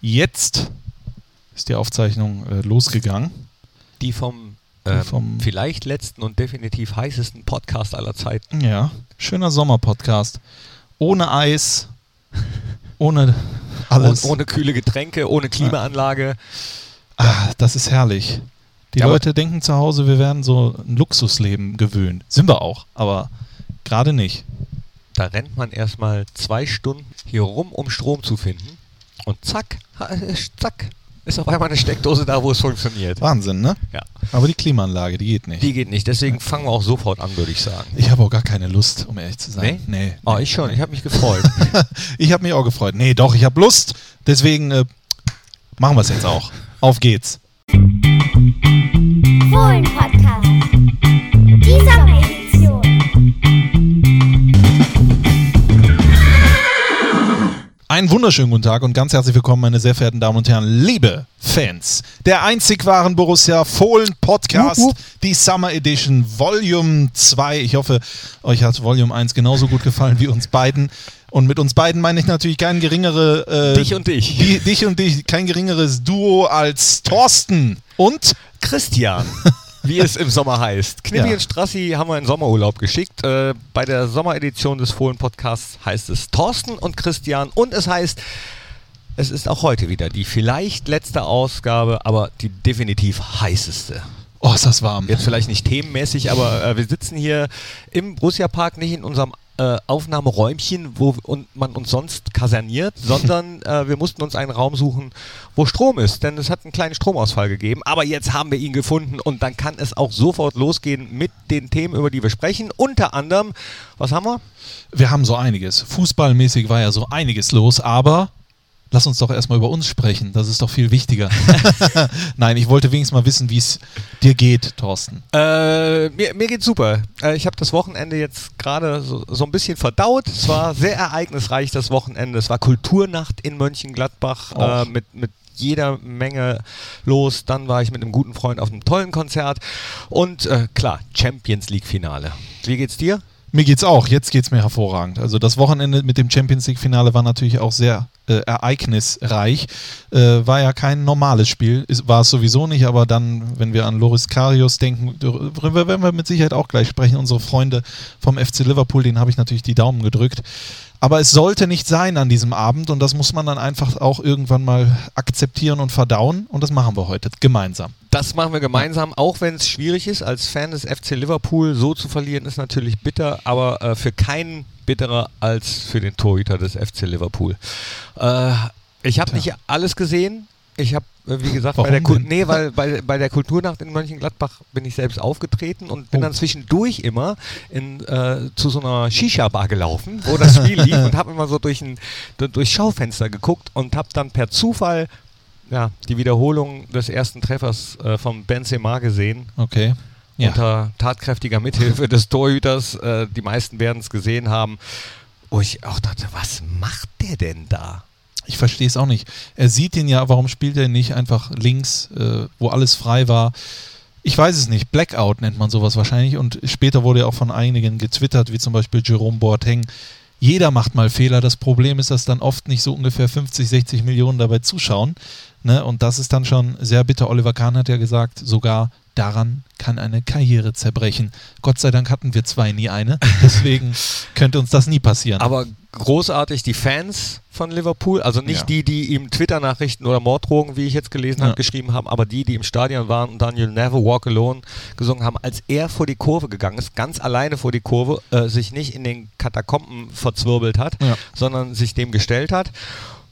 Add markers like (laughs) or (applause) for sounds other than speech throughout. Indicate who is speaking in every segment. Speaker 1: Jetzt ist die Aufzeichnung äh, losgegangen.
Speaker 2: Die vom,
Speaker 1: Die
Speaker 2: ähm,
Speaker 1: vom-
Speaker 2: vielleicht letzten und definitiv heißesten Podcast aller Zeiten.
Speaker 1: Ja, schöner Sommerpodcast. Ohne (laughs) Eis, ohne alles.
Speaker 2: Und ohne kühle Getränke, ohne Klimaanlage.
Speaker 1: Ah, das ist herrlich. Die
Speaker 2: Ja, aber-
Speaker 1: Leute denken zu Hause, wir wären so ein Luxusleben gewöhnt. Sind wir auch, aber gerade nicht.
Speaker 2: Da rennt man erstmal zwei Stunden hier rum, um Strom zu finden. Und zack, ha- äh, zack, ist auf einmal eine Steckdose da, wo es funktioniert.
Speaker 1: Wahnsinn, ne?
Speaker 2: Ja,
Speaker 1: Aber die Klimaanlage, die geht nicht.
Speaker 2: die geht nicht. Deswegen fangen wir auch sofort an, würde ich sagen.
Speaker 1: ich habe auch gar keine Lust, um ehrlich zu sein. Nee. Ah,
Speaker 2: Oh, ich schon. Ich habe mich gefreut.
Speaker 1: Ich habe mich auch gefreut. Nee, doch, ich habe Lust. Deswegen äh, machen wir es jetzt auch. Auf geht's.
Speaker 3: Fohlen Podcast. Dieser Edition.
Speaker 1: Einen wunderschönen guten Tag und ganz herzlich willkommen, meine sehr verehrten Damen und Herren, liebe Fans der einzig wahren Borussia Fohlen Podcast,
Speaker 2: Wup, wup.
Speaker 1: die Summer Edition Volume 2. Ich hoffe, euch hat Volume 1 genauso gut gefallen wie uns beiden. Und mit uns beiden meine ich natürlich kein geringere. Äh,
Speaker 2: Dich und ich.
Speaker 1: Die, dich und dich, kein geringeres Duo als Thorsten und
Speaker 2: Christian, wie es im Sommer heißt. Knippi
Speaker 1: Ja.
Speaker 2: und Strassi haben wir in Sommerurlaub geschickt. Äh, bei der Sommeredition des Fohlen-Podcasts heißt es Thorsten und Christian und es heißt, es ist auch heute wieder die vielleicht letzte Ausgabe, aber die definitiv heißeste.
Speaker 1: Oh, ist das warm.
Speaker 2: Jetzt vielleicht nicht themenmäßig, aber äh, wir sitzen hier im Borussia Park, nicht in unserem äh, Aufnahmeräumchen, wo und man uns sonst kaserniert, sondern äh, wir mussten uns einen Raum suchen, wo Strom ist, denn es hat einen kleinen Stromausfall gegeben. Aber jetzt haben wir ihn gefunden und dann kann es auch sofort losgehen mit den Themen, über die wir sprechen. Unter anderem, was haben wir?
Speaker 1: wir haben so einiges. Fußballmäßig war ja so einiges los, aber lass uns doch erstmal über uns sprechen. Das ist doch viel wichtiger. (laughs) Nein, ich wollte wenigstens mal wissen, wie es dir geht, Thorsten.
Speaker 2: Äh, mir, mir geht's super. Äh, ich habe das Wochenende jetzt gerade so, so ein bisschen verdaut. Es war sehr ereignisreich das Wochenende. Es war Kulturnacht in Mönchengladbach äh,
Speaker 1: Och.
Speaker 2: mit, mit jeder Menge los. Dann war ich mit einem guten Freund auf einem tollen Konzert. Und äh, klar, Champions League-Finale. Wie geht's dir?
Speaker 1: Mir geht's auch. Jetzt geht's mir hervorragend. Also das Wochenende mit dem Champions League Finale war natürlich auch sehr äh, ereignisreich. Äh, war ja kein normales Spiel, ist, war es sowieso nicht. Aber dann, wenn wir an Loris Karius denken, darüber werden wir mit Sicherheit auch gleich sprechen. Unsere Freunde vom FC Liverpool, denen habe ich natürlich die Daumen gedrückt. Aber es sollte nicht sein an diesem Abend und das muss man dann einfach auch irgendwann mal akzeptieren und verdauen und das machen wir heute gemeinsam.
Speaker 2: Das machen wir gemeinsam, auch wenn es schwierig ist. Als Fan des FC Liverpool so zu verlieren, ist natürlich bitter, aber äh, für keinen bitterer als für den Torhüter des FC Liverpool. Äh, ich habe nicht alles gesehen. Ich habe, wie gesagt, bei
Speaker 1: Warum
Speaker 2: der, Kul
Speaker 1: denn?
Speaker 2: nee, weil, bei, bei der Kulturnacht in Mönchengladbach bin ich selbst aufgetreten und bin
Speaker 1: Oh.
Speaker 2: dann zwischendurch immer in, äh, zu so einer Shisha-Bar gelaufen, wo das Spiel
Speaker 1: (laughs)
Speaker 2: lief und habe immer so durch ein durch- durchs Schaufenster geguckt und habe dann per Zufall ja, die Wiederholung des ersten Treffers äh, vom Benzema gesehen.
Speaker 1: Okay. Ja.
Speaker 2: Unter tatkräftiger Mithilfe des Torhüters. Äh, die meisten werden es gesehen haben. Wo ich auch dachte, was macht der denn da?
Speaker 1: Ich verstehe es auch nicht. Er sieht ihn ja, warum spielt er ihn nicht einfach links, äh, wo alles frei war? Ich weiß es nicht. Blackout nennt man sowas wahrscheinlich. Und später wurde ja auch von einigen getwittert, wie zum Beispiel Jerome Boateng. Jeder macht mal Fehler. Das Problem ist, dass dann oft nicht so ungefähr 50, 60 Millionen dabei zuschauen. Ne? Und das ist dann schon sehr bitter. Oliver Kahn hat ja gesagt, sogar daran kann eine Karriere zerbrechen. Gott sei Dank hatten wir zwei nie eine. Deswegen könnte uns das nie passieren.
Speaker 2: Aber großartig die Fans von Liverpool, also nicht
Speaker 1: Ja.
Speaker 2: die, die ihm Twitter-Nachrichten oder Morddrogen, wie ich jetzt gelesen
Speaker 1: Ja.
Speaker 2: habe, geschrieben haben, aber die, die im Stadion waren und Daniel Never Walk Alone gesungen haben, als er vor die Kurve gegangen ist, ganz alleine vor die Kurve, äh, sich nicht in den Katakomben verzwirbelt hat,
Speaker 1: Ja.
Speaker 2: sondern sich dem gestellt hat.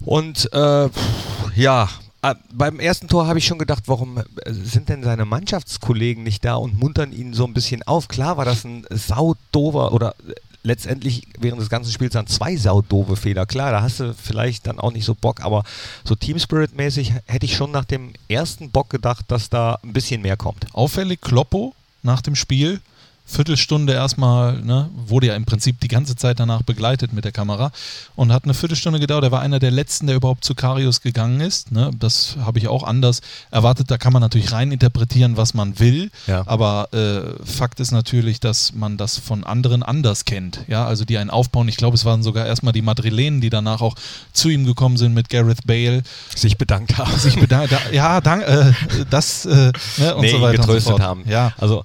Speaker 2: Und äh, pff, ja, äh, beim ersten Tor habe ich schon gedacht, warum äh, sind denn seine Mannschaftskollegen nicht da und muntern ihn so ein bisschen auf? Klar war das ein saudover oder äh, letztendlich während des ganzen Spiels dann zwei saudove Fehler. Klar, da hast du vielleicht dann auch nicht so Bock, aber so Team Spirit mäßig hätte ich schon nach dem ersten Bock gedacht, dass da ein bisschen mehr kommt.
Speaker 1: auffällig Kloppo nach dem Spiel Viertelstunde erstmal, ne, wurde ja im Prinzip die ganze Zeit danach begleitet mit der Kamera und hat eine Viertelstunde gedauert. Er war einer der letzten, der überhaupt zu Karius gegangen ist. Ne, das habe ich auch anders erwartet. Da kann man natürlich rein interpretieren, was man will.
Speaker 2: Ja.
Speaker 1: Aber äh, Fakt ist natürlich, dass man das von anderen anders kennt. Ja, also die einen aufbauen. Ich glaube, es waren sogar erstmal die Madrilenen, die danach auch zu ihm gekommen sind mit Gareth Bale.
Speaker 2: sich bedankt haben.
Speaker 1: Sich bedankt, da, ja, dank, äh, das äh, ne, (laughs) und
Speaker 2: nee,
Speaker 1: so
Speaker 2: ihn
Speaker 1: weiter. und so
Speaker 2: getröstet
Speaker 1: fort.
Speaker 2: haben.
Speaker 1: Ja,
Speaker 2: Also,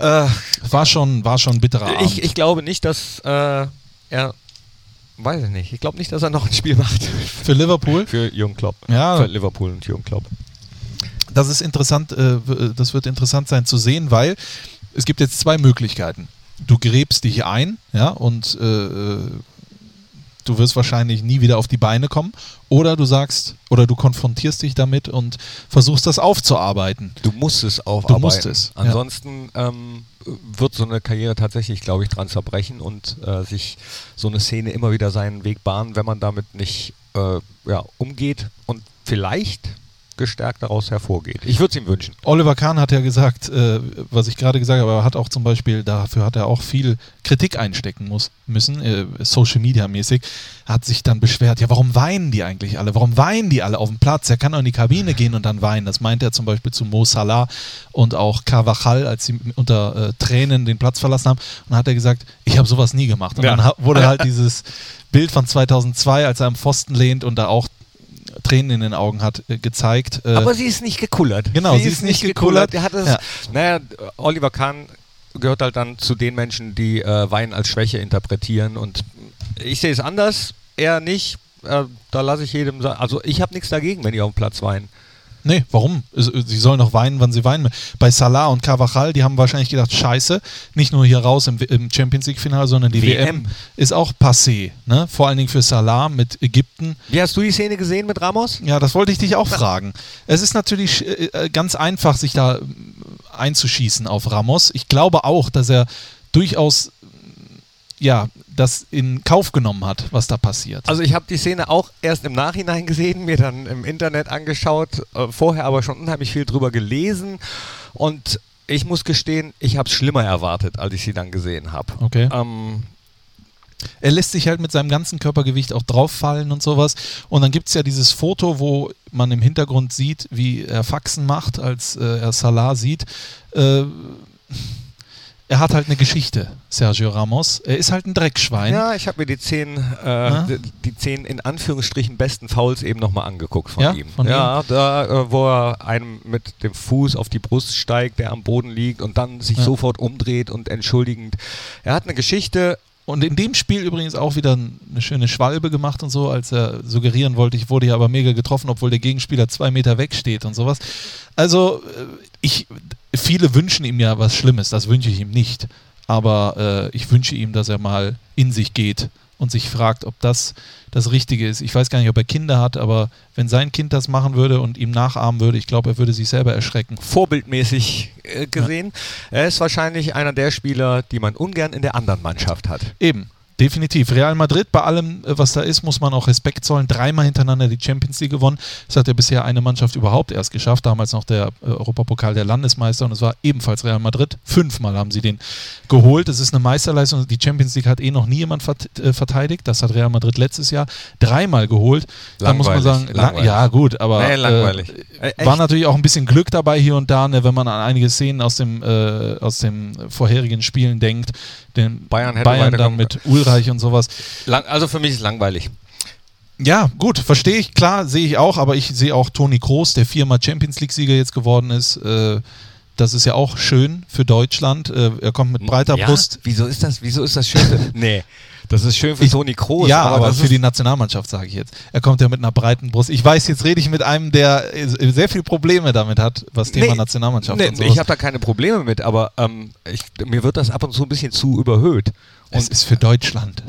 Speaker 2: äh,
Speaker 1: war schon, war schon ein bitterer
Speaker 2: ich,
Speaker 1: Abend.
Speaker 2: ich glaube nicht, dass äh, er, weiß ich nicht, ich glaube nicht, dass er noch ein Spiel macht
Speaker 1: Für Liverpool.
Speaker 2: (laughs) für Jürgen Klopp.
Speaker 1: Ja.
Speaker 2: Für Liverpool und Jürgen Klopp.
Speaker 1: Das ist interessant, äh, w- das wird interessant sein zu sehen, weil es gibt jetzt zwei Möglichkeiten. Du gräbst dich ein, ja, und äh, äh, du wirst wahrscheinlich nie wieder auf die Beine kommen. Oder du sagst, oder du konfrontierst dich damit und versuchst das aufzuarbeiten.
Speaker 2: Du musst es aufarbeiten.
Speaker 1: musst es, ja.
Speaker 2: Ansonsten ähm, wird so eine Karriere tatsächlich, glaube ich, dran zerbrechen und äh, sich so eine Szene immer wieder seinen Weg bahnen, wenn man damit nicht äh, ja, umgeht und vielleicht gestärkt daraus hervorgeht. Ich würde es ihm wünschen.
Speaker 1: Oliver Kahn hat ja gesagt, äh, was ich gerade gesagt habe, aber er hat auch zum Beispiel, dafür hat er auch viel Kritik einstecken muss, müssen, äh, Social Media mäßig, hat sich dann beschwert, ja warum weinen die eigentlich alle, warum weinen die alle auf dem Platz, er kann doch in die Kabine gehen und dann weinen, das meint er zum Beispiel zu Mo Salah und auch Carvajal, als sie unter äh, Tränen den Platz verlassen haben und dann hat er gesagt, ich habe sowas nie gemacht und
Speaker 2: Ja.
Speaker 1: dann ha- wurde halt dieses Bild von 2002, als er am Pfosten lehnt und da auch Tränen in den Augen hat, äh, gezeigt. Äh,
Speaker 2: Aber sie ist nicht gekullert.
Speaker 1: Genau, sie ist nicht gekullert.
Speaker 2: Er hat es,
Speaker 1: Ja.
Speaker 2: Naja, Oliver Kahn gehört halt dann zu den Menschen, die äh, Wein als Schwäche interpretieren. Und ich sehe es anders, er nicht. Äh, da lasse ich jedem sagen. Also ich habe nichts dagegen, wenn die auf dem Platz weinen.
Speaker 1: Nee, warum? Es- äh, Sie sollen doch weinen, wann sie weinen. müssen. Bei Salah und Carvajal, die haben wahrscheinlich gedacht, scheiße, nicht nur hier raus im, W- im Champions League-Finale, sondern die WM.
Speaker 2: WM.
Speaker 1: ist auch passé. Ne? Vor allen Dingen für Salah mit Ägypten.
Speaker 2: Wie hast du die Szene gesehen mit Ramos?
Speaker 1: Ja, das wollte ich dich auch fragen. Es ist natürlich äh, äh, ganz einfach, sich da äh, einzuschießen auf Ramos. Ich glaube auch, dass er durchaus äh, ja, das in Kauf genommen hat, was da passiert.
Speaker 2: Also ich habe die Szene auch erst im Nachhinein gesehen, mir dann im Internet angeschaut, äh, vorher aber schon unheimlich viel drüber gelesen und ich muss gestehen, ich habe es schlimmer erwartet, als ich sie dann gesehen habe.
Speaker 1: Okay.
Speaker 2: Ähm,
Speaker 1: er lässt sich halt mit seinem ganzen Körpergewicht auch drauffallen und sowas. Und dann gibt es ja dieses Foto, wo man im Hintergrund sieht, wie er Faxen macht, als äh, er Salah sieht. Äh, er hat halt eine Geschichte, Sergio Ramos. Er ist halt ein Dreckschwein.
Speaker 2: Ja, ich habe mir die zehn,
Speaker 1: Na?
Speaker 2: äh, die- die zehn in Anführungsstrichen besten Fouls eben nochmal angeguckt von
Speaker 1: Ja,
Speaker 2: ihm.
Speaker 1: von
Speaker 2: ja, da, äh, wo er einem mit dem Fuß auf die Brust steigt, der am Boden liegt und dann sich
Speaker 1: Ja.
Speaker 2: sofort umdreht und entschuldigend. Er hat eine Geschichte.
Speaker 1: Und in dem Spiel übrigens auch wieder eine schöne Schwalbe gemacht und so, als er suggerieren wollte, ich wurde ja aber mega getroffen, obwohl der Gegenspieler zwei Meter wegsteht und sowas. Also, äh, ich, viele wünschen ihm ja was Schlimmes, das wünsche ich ihm nicht. Aber äh, ich wünsche ihm, dass er mal in sich geht und sich fragt, ob das das Richtige ist. Ich weiß gar nicht, ob er Kinder hat, aber wenn sein Kind das machen würde und ihm nachahmen würde, ich glaube, er würde sich selber erschrecken.
Speaker 2: Vorbildmäßig äh, gesehen. Er ist wahrscheinlich einer der Spieler, die man ungern in der anderen Mannschaft hat.
Speaker 1: Eben, definitiv. Real Madrid, bei allem, äh, was da ist, muss man auch Respekt zollen. Dreimal hintereinander die Champions League gewonnen. Das hat ja bisher eine Mannschaft überhaupt erst geschafft. Damals noch der äh, Europapokal der Landesmeister und es war ebenfalls Real Madrid. Fünfmal haben sie den geholt. Es ist eine Meisterleistung. Die Champions League hat eh noch nie jemand vert äh, verteidigt. Das hat Real Madrid letztes Jahr dreimal geholt. Da muss man sagen,
Speaker 2: Langweilig,
Speaker 1: la-
Speaker 2: langweilig.
Speaker 1: ja gut, aber
Speaker 2: Nee,
Speaker 1: äh,
Speaker 2: langweilig. Äh, echt?
Speaker 1: war natürlich auch ein bisschen Glück dabei hier und da, ne, wenn man an einige Szenen aus dem, äh, aus dem vorherigen Spielen denkt. Den
Speaker 2: Bayern hätte
Speaker 1: Bayern dann
Speaker 2: weiterkommen
Speaker 1: mit Ulreich und sowas.
Speaker 2: Lang, also für mich ist langweilig.
Speaker 1: Ja, gut, verstehe ich, klar, sehe ich auch, aber ich sehe auch Toni Kroos, der viermal Champions League-Sieger jetzt geworden ist. Äh, das ist ja auch schön für Deutschland. Äh, er kommt mit breiter
Speaker 2: ja,
Speaker 1: Brust.
Speaker 2: Wieso ist das? Wieso ist das schön?
Speaker 1: (laughs)
Speaker 2: für- nee. Das ist schön für
Speaker 1: Ich-
Speaker 2: Toni Kroos.
Speaker 1: ja, aber
Speaker 2: Oh, das
Speaker 1: für
Speaker 2: ist-
Speaker 1: die Nationalmannschaft sage ich jetzt. Er kommt ja mit einer breiten Brust. Ich weiß, jetzt rede ich mit einem, der äh, sehr viel Probleme damit hat, was Thema
Speaker 2: Nee,
Speaker 1: Nationalmannschaft
Speaker 2: Nee,
Speaker 1: und
Speaker 2: nee,
Speaker 1: sowas.
Speaker 2: ich habe da keine Probleme mit, aber ähm, ich, mir wird das ab und zu ein bisschen zu überhöht.
Speaker 1: es ist für (laughs) Deutschland.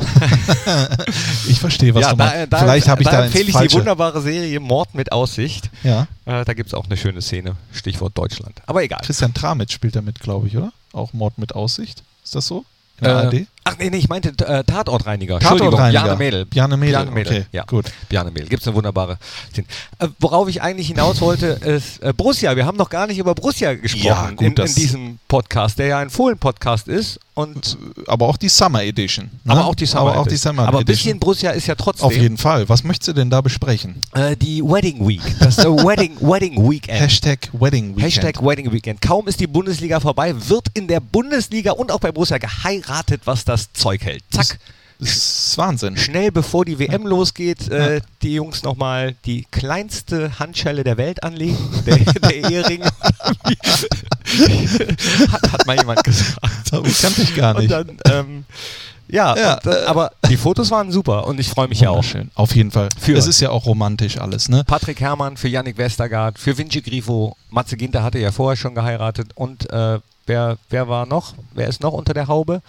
Speaker 1: ich verstehe, was du meinst. Vielleicht habe ich da, ins
Speaker 2: äh, empfehle ich die
Speaker 1: Falsche.
Speaker 2: wunderbare Serie Mord mit Aussicht.
Speaker 1: ja.
Speaker 2: Äh, da gibt es auch eine schöne Szene, Stichwort Deutschland. Aber egal.
Speaker 1: Christian Tramitz spielt damit, glaube ich, oder? Auch Mord mit Aussicht. Ist das so? In der
Speaker 2: Äh,
Speaker 1: ARD?
Speaker 2: Ach nee, nee, ich meinte äh, Tatortreiniger.
Speaker 1: Tatortreiniger.
Speaker 2: Jane Mädel.
Speaker 1: Bjarne Mädel, okay,
Speaker 2: ja.
Speaker 1: gut.
Speaker 2: Bjarne Mädel. Gibt es eine wunderbare Szene. Äh, worauf ich eigentlich
Speaker 1: (laughs)
Speaker 2: hinaus wollte, ist äh, Borussia. Wir haben noch gar nicht über Borussia gesprochen
Speaker 1: Ja, gut,
Speaker 2: in, in
Speaker 1: das-
Speaker 2: diesem Podcast, der ja ein Fohlen-Podcast ist. Und,
Speaker 1: Aber auch die Summer Edition. ne?
Speaker 2: aber auch die Summer
Speaker 1: aber auch die
Speaker 2: Edition.
Speaker 1: Summer
Speaker 2: Aber ein
Speaker 1: Edition.
Speaker 2: bisschen Borussia ist ja trotzdem
Speaker 1: Auf jeden Fall. Was möchtest du denn da besprechen?
Speaker 2: Äh, die
Speaker 1: (laughs)
Speaker 2: Wedding Week. Das äh, Wedding, Wedding Weekend.
Speaker 1: Ähm, Hashtag Wedding Weekend.
Speaker 2: Hashtag Wedding Weekend. Kaum ist die Bundesliga vorbei, wird in der Bundesliga und auch bei Borussia geheiratet, was das Zeug hält. Zack.
Speaker 1: Das ist (laughs) Wahnsinn.
Speaker 2: Schnell bevor die WM losgeht, äh, die Jungs nochmal die kleinste Handschelle der Welt anlegen. Der, der
Speaker 1: (laughs)
Speaker 2: Ehering. hat, hat mal jemand gesagt.
Speaker 1: Das kannte ich gar
Speaker 2: Und
Speaker 1: nicht.
Speaker 2: dann, ähm, ja,
Speaker 1: Ja,
Speaker 2: und, äh, aber die Fotos waren super und ich freue mich ja auch.
Speaker 1: Wunderschön. Auf jeden Fall.
Speaker 2: Für-
Speaker 1: es ist ja auch romantisch alles, ne?
Speaker 2: Patrick Herrmann, für Yannick Westergaard, für Vinci Grifo. Matze Ginter hatte ja vorher schon geheiratet. Und äh, wer, wer war noch? Wer ist noch unter der Haube?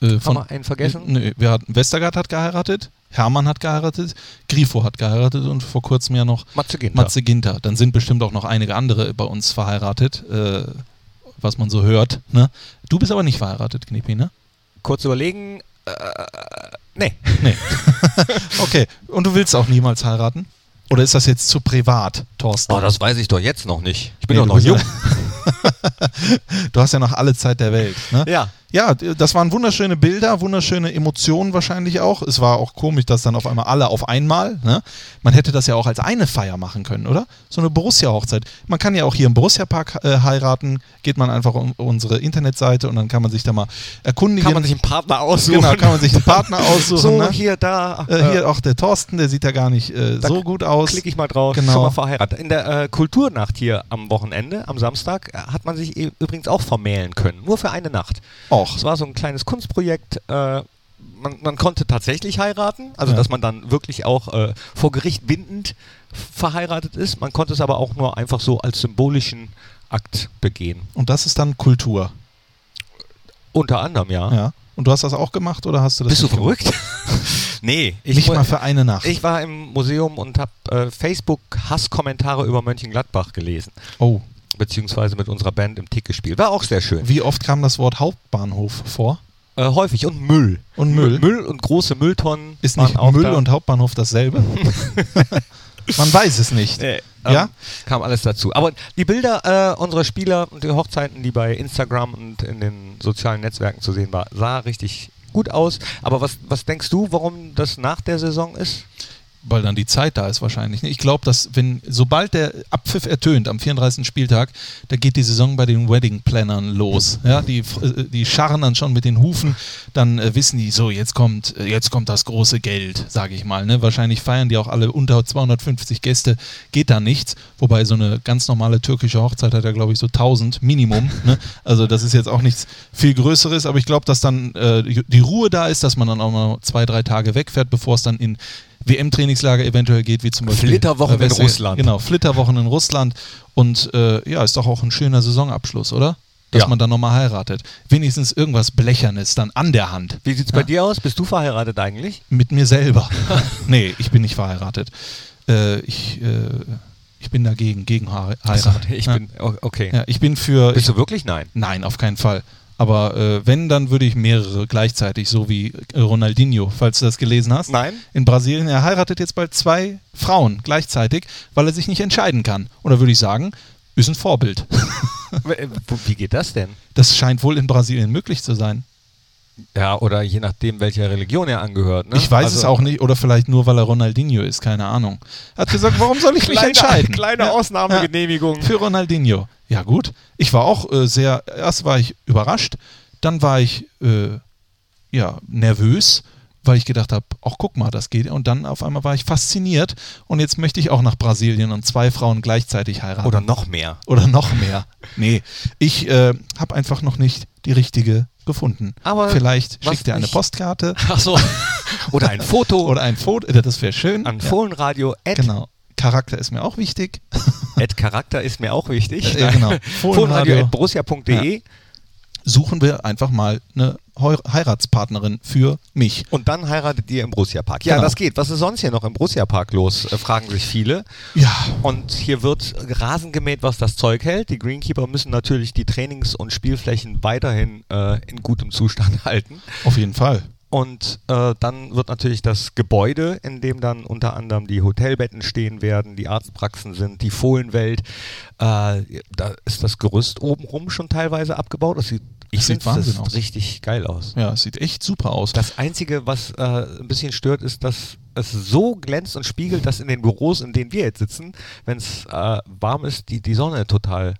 Speaker 1: Äh,
Speaker 2: Haben wir einen vergessen?
Speaker 1: Nö, wir hatten, Westergaard hat geheiratet, Hermann hat geheiratet, Grifo hat geheiratet und vor kurzem ja noch
Speaker 2: Matze Ginter.
Speaker 1: Matze Ginter. Dann sind bestimmt auch noch einige andere bei uns verheiratet, äh, was man so hört. Ne? Du bist aber nicht verheiratet, Knippi, ne?
Speaker 2: Kurz überlegen. Äh, nee.
Speaker 1: Okay. Und du willst auch niemals heiraten? Oder ist das jetzt zu privat, Thorsten?
Speaker 2: weiß ich doch jetzt noch nicht. Oh, Ich
Speaker 1: Nee, du bist ja- (laughs) du hast ja noch alle Zeit der Welt. Ne?
Speaker 2: Ja. (laughs)
Speaker 1: Ja, d- das waren wunderschöne Bilder, wunderschöne Emotionen wahrscheinlich auch. Es war auch komisch, dass dann auf einmal alle auf einmal, ne? Man hätte das ja auch als eine Feier machen können, oder? So eine Borussia-Hochzeit. Man kann ja auch hier im Borussia-Park äh, heiraten, geht man einfach um unsere Internetseite und dann kann man sich da mal erkundigen.
Speaker 2: Kann man sich einen Partner aussuchen.
Speaker 1: genau,
Speaker 2: (laughs)
Speaker 1: kann man sich einen Partner aussuchen.
Speaker 2: so,
Speaker 1: ne?
Speaker 2: hier, da.
Speaker 1: äh, hier auch der Thorsten, der sieht ja gar nicht äh, so gut aus.
Speaker 2: Klicke ich mal drauf,
Speaker 1: Genau.
Speaker 2: schon mal verheiratet. In der äh, Kulturnacht hier am Wochenende, am Samstag, äh, hat man sich e- übrigens auch vermählen können. Nur für eine Nacht.
Speaker 1: Auch.
Speaker 2: Es war so ein kleines Kunstprojekt. Äh, man, man konnte tatsächlich heiraten, also
Speaker 1: Ja.
Speaker 2: dass man dann wirklich auch äh, vor Gericht bindend verheiratet ist. Man konnte es aber auch nur einfach so als symbolischen Akt begehen.
Speaker 1: Und das ist dann Kultur.
Speaker 2: Unter anderem, ja.
Speaker 1: Ja. Und du hast das auch gemacht oder hast du das
Speaker 2: Bist du
Speaker 1: nicht gemacht?
Speaker 2: verrückt?
Speaker 1: (laughs)
Speaker 2: nee, ich,
Speaker 1: Nicht
Speaker 2: mu-
Speaker 1: mal für eine Nacht.
Speaker 2: ich war im Museum und habe äh, Facebook-Hasskommentare über Mönchengladbach gelesen,
Speaker 1: oh.
Speaker 2: beziehungsweise mit unserer Band im Tick gespielt. War auch sehr schön.
Speaker 1: Wie oft kam das Wort Hauptbahnhof vor?
Speaker 2: Äh, häufig und Müll.
Speaker 1: Und Müll.
Speaker 2: Müll und große Mülltonnen.
Speaker 1: Ist
Speaker 2: waren
Speaker 1: nicht
Speaker 2: auch
Speaker 1: Müll
Speaker 2: da.
Speaker 1: und Hauptbahnhof
Speaker 2: (laughs)
Speaker 1: dasselbe? Man weiß es nicht.
Speaker 2: Nee,
Speaker 1: Ja?
Speaker 2: ähm, Kam alles dazu. Aber die Bilder äh, unserer Spieler und die Hochzeiten, die bei Instagram und in den sozialen Netzwerken zu sehen war, sah richtig gut aus. Aber was, was denkst du, warum das nach der Saison ist?
Speaker 1: Weil dann die Zeit da ist wahrscheinlich. Ich glaube, dass wenn, sobald der Abpfiff ertönt am 34. Spieltag, da geht die Saison bei den Wedding-Plannern los. Ja, die, äh, die scharren dann schon mit den Hufen, dann äh, wissen die, so, jetzt kommt, äh, jetzt kommt das große Geld, sage ich mal. Ne? Wahrscheinlich feiern die auch alle unter 250 Gäste, geht da nichts. Wobei so eine ganz normale türkische Hochzeit hat ja, glaube ich, so 1000 Minimum. Ne? Also das ist jetzt auch nichts viel Größeres, aber ich glaube, dass dann äh, die Ruhe da ist, dass man dann auch mal zwei, drei Tage wegfährt, bevor es dann in WM-Trainingslager eventuell geht, wie zum Beispiel
Speaker 2: Flitterwochen in
Speaker 1: Western-
Speaker 2: Russland.
Speaker 1: Genau, Flitterwochen in Russland. Und äh, ja, ist doch auch ein schöner Saisonabschluss, oder? Dass
Speaker 2: Ja.
Speaker 1: man dann nochmal heiratet. Wenigstens irgendwas Blechernes dann an der Hand.
Speaker 2: Wie sieht's bei dir aus? Bist du verheiratet eigentlich?
Speaker 1: Mit mir selber. (laughs) nee, ich bin nicht verheiratet. Äh, ich, äh, ich bin dagegen, gegen Heir- Heirat.
Speaker 2: Also, Ich
Speaker 1: ja.
Speaker 2: bin, o- okay.
Speaker 1: ja, ich bin für.
Speaker 2: Bist
Speaker 1: Ich,
Speaker 2: du wirklich? Nein.
Speaker 1: nein, auf keinen Fall. Aber äh, wenn, dann würde ich mehrere gleichzeitig, so wie äh, Ronaldinho, falls du das gelesen hast.
Speaker 2: Nein?
Speaker 1: In Brasilien, er heiratet jetzt bald zwei Frauen gleichzeitig, weil er sich nicht entscheiden kann. Und da würde ich sagen, ist ein Vorbild. (laughs)
Speaker 2: Äh, Wie geht das denn?
Speaker 1: Das scheint wohl in Brasilien möglich zu sein.
Speaker 2: Ja, oder je nachdem, welcher Religion er angehört. Ne?
Speaker 1: Ich weiß
Speaker 2: Also-
Speaker 1: es auch nicht. Oder vielleicht nur, weil er Ronaldinho ist. Keine Ahnung. Er hat gesagt, warum soll ich mich
Speaker 2: Kleine-
Speaker 1: entscheiden?
Speaker 2: kleine Ausnahmegenehmigung.
Speaker 1: Für Ronaldinho. Ja gut. Ich war auch äh, sehr, erst war ich überrascht, dann war ich äh, ja, nervös, weil ich gedacht habe, ach guck mal, das geht. Und dann auf einmal war ich fasziniert und jetzt möchte ich auch nach Brasilien und zwei Frauen gleichzeitig heiraten.
Speaker 2: Oder noch mehr.
Speaker 1: Oder noch mehr. Nee, ich äh, habe einfach noch nicht die richtige gefunden.
Speaker 2: Aber
Speaker 1: Vielleicht
Speaker 2: was
Speaker 1: schickt ihr eine
Speaker 2: nicht-
Speaker 1: Postkarte
Speaker 2: Achso. oder ein Foto.
Speaker 1: oder ein Foto. äh, Das wäre schön.
Speaker 2: An Fohlenradio. At,
Speaker 1: Genau. Charakter ist mir auch wichtig.
Speaker 2: at Charakter ist mir auch wichtig. (laughs)
Speaker 1: Äh, genau.
Speaker 2: Fohlenradio
Speaker 1: Fohlenradio.
Speaker 2: at borussia.de.
Speaker 1: Suchen wir einfach mal eine Heu- Heiratspartnerin für mich.
Speaker 2: Und dann heiratet ihr im Borussia Park. Ja,
Speaker 1: Genau.
Speaker 2: das geht. Was ist sonst hier noch im Borussia Park los? Äh, fragen sich viele.
Speaker 1: Ja,
Speaker 2: Und hier wird Rasen gemäht, was das Zeug hält. Die Greenkeeper müssen natürlich die Trainings- und Spielflächen weiterhin äh, in gutem Zustand (laughs) halten.
Speaker 1: auf jeden Fall.
Speaker 2: Und äh, dann wird natürlich das Gebäude, in dem dann unter anderem die Hotelbetten stehen werden, die Arztpraxen sind, die Fohlenwelt. Äh, da ist das Gerüst obenrum schon teilweise abgebaut. Das sieht, ich
Speaker 1: Das sieht
Speaker 2: finde, das
Speaker 1: Wahnsinn
Speaker 2: sieht
Speaker 1: aus.
Speaker 2: richtig geil aus.
Speaker 1: Ja, es sieht echt super aus.
Speaker 2: Das Einzige, was äh, ein bisschen stört, ist, dass es so glänzt und spiegelt, dass in den Büros, in denen wir jetzt sitzen, wenn es äh, warm ist, die, die Sonne total.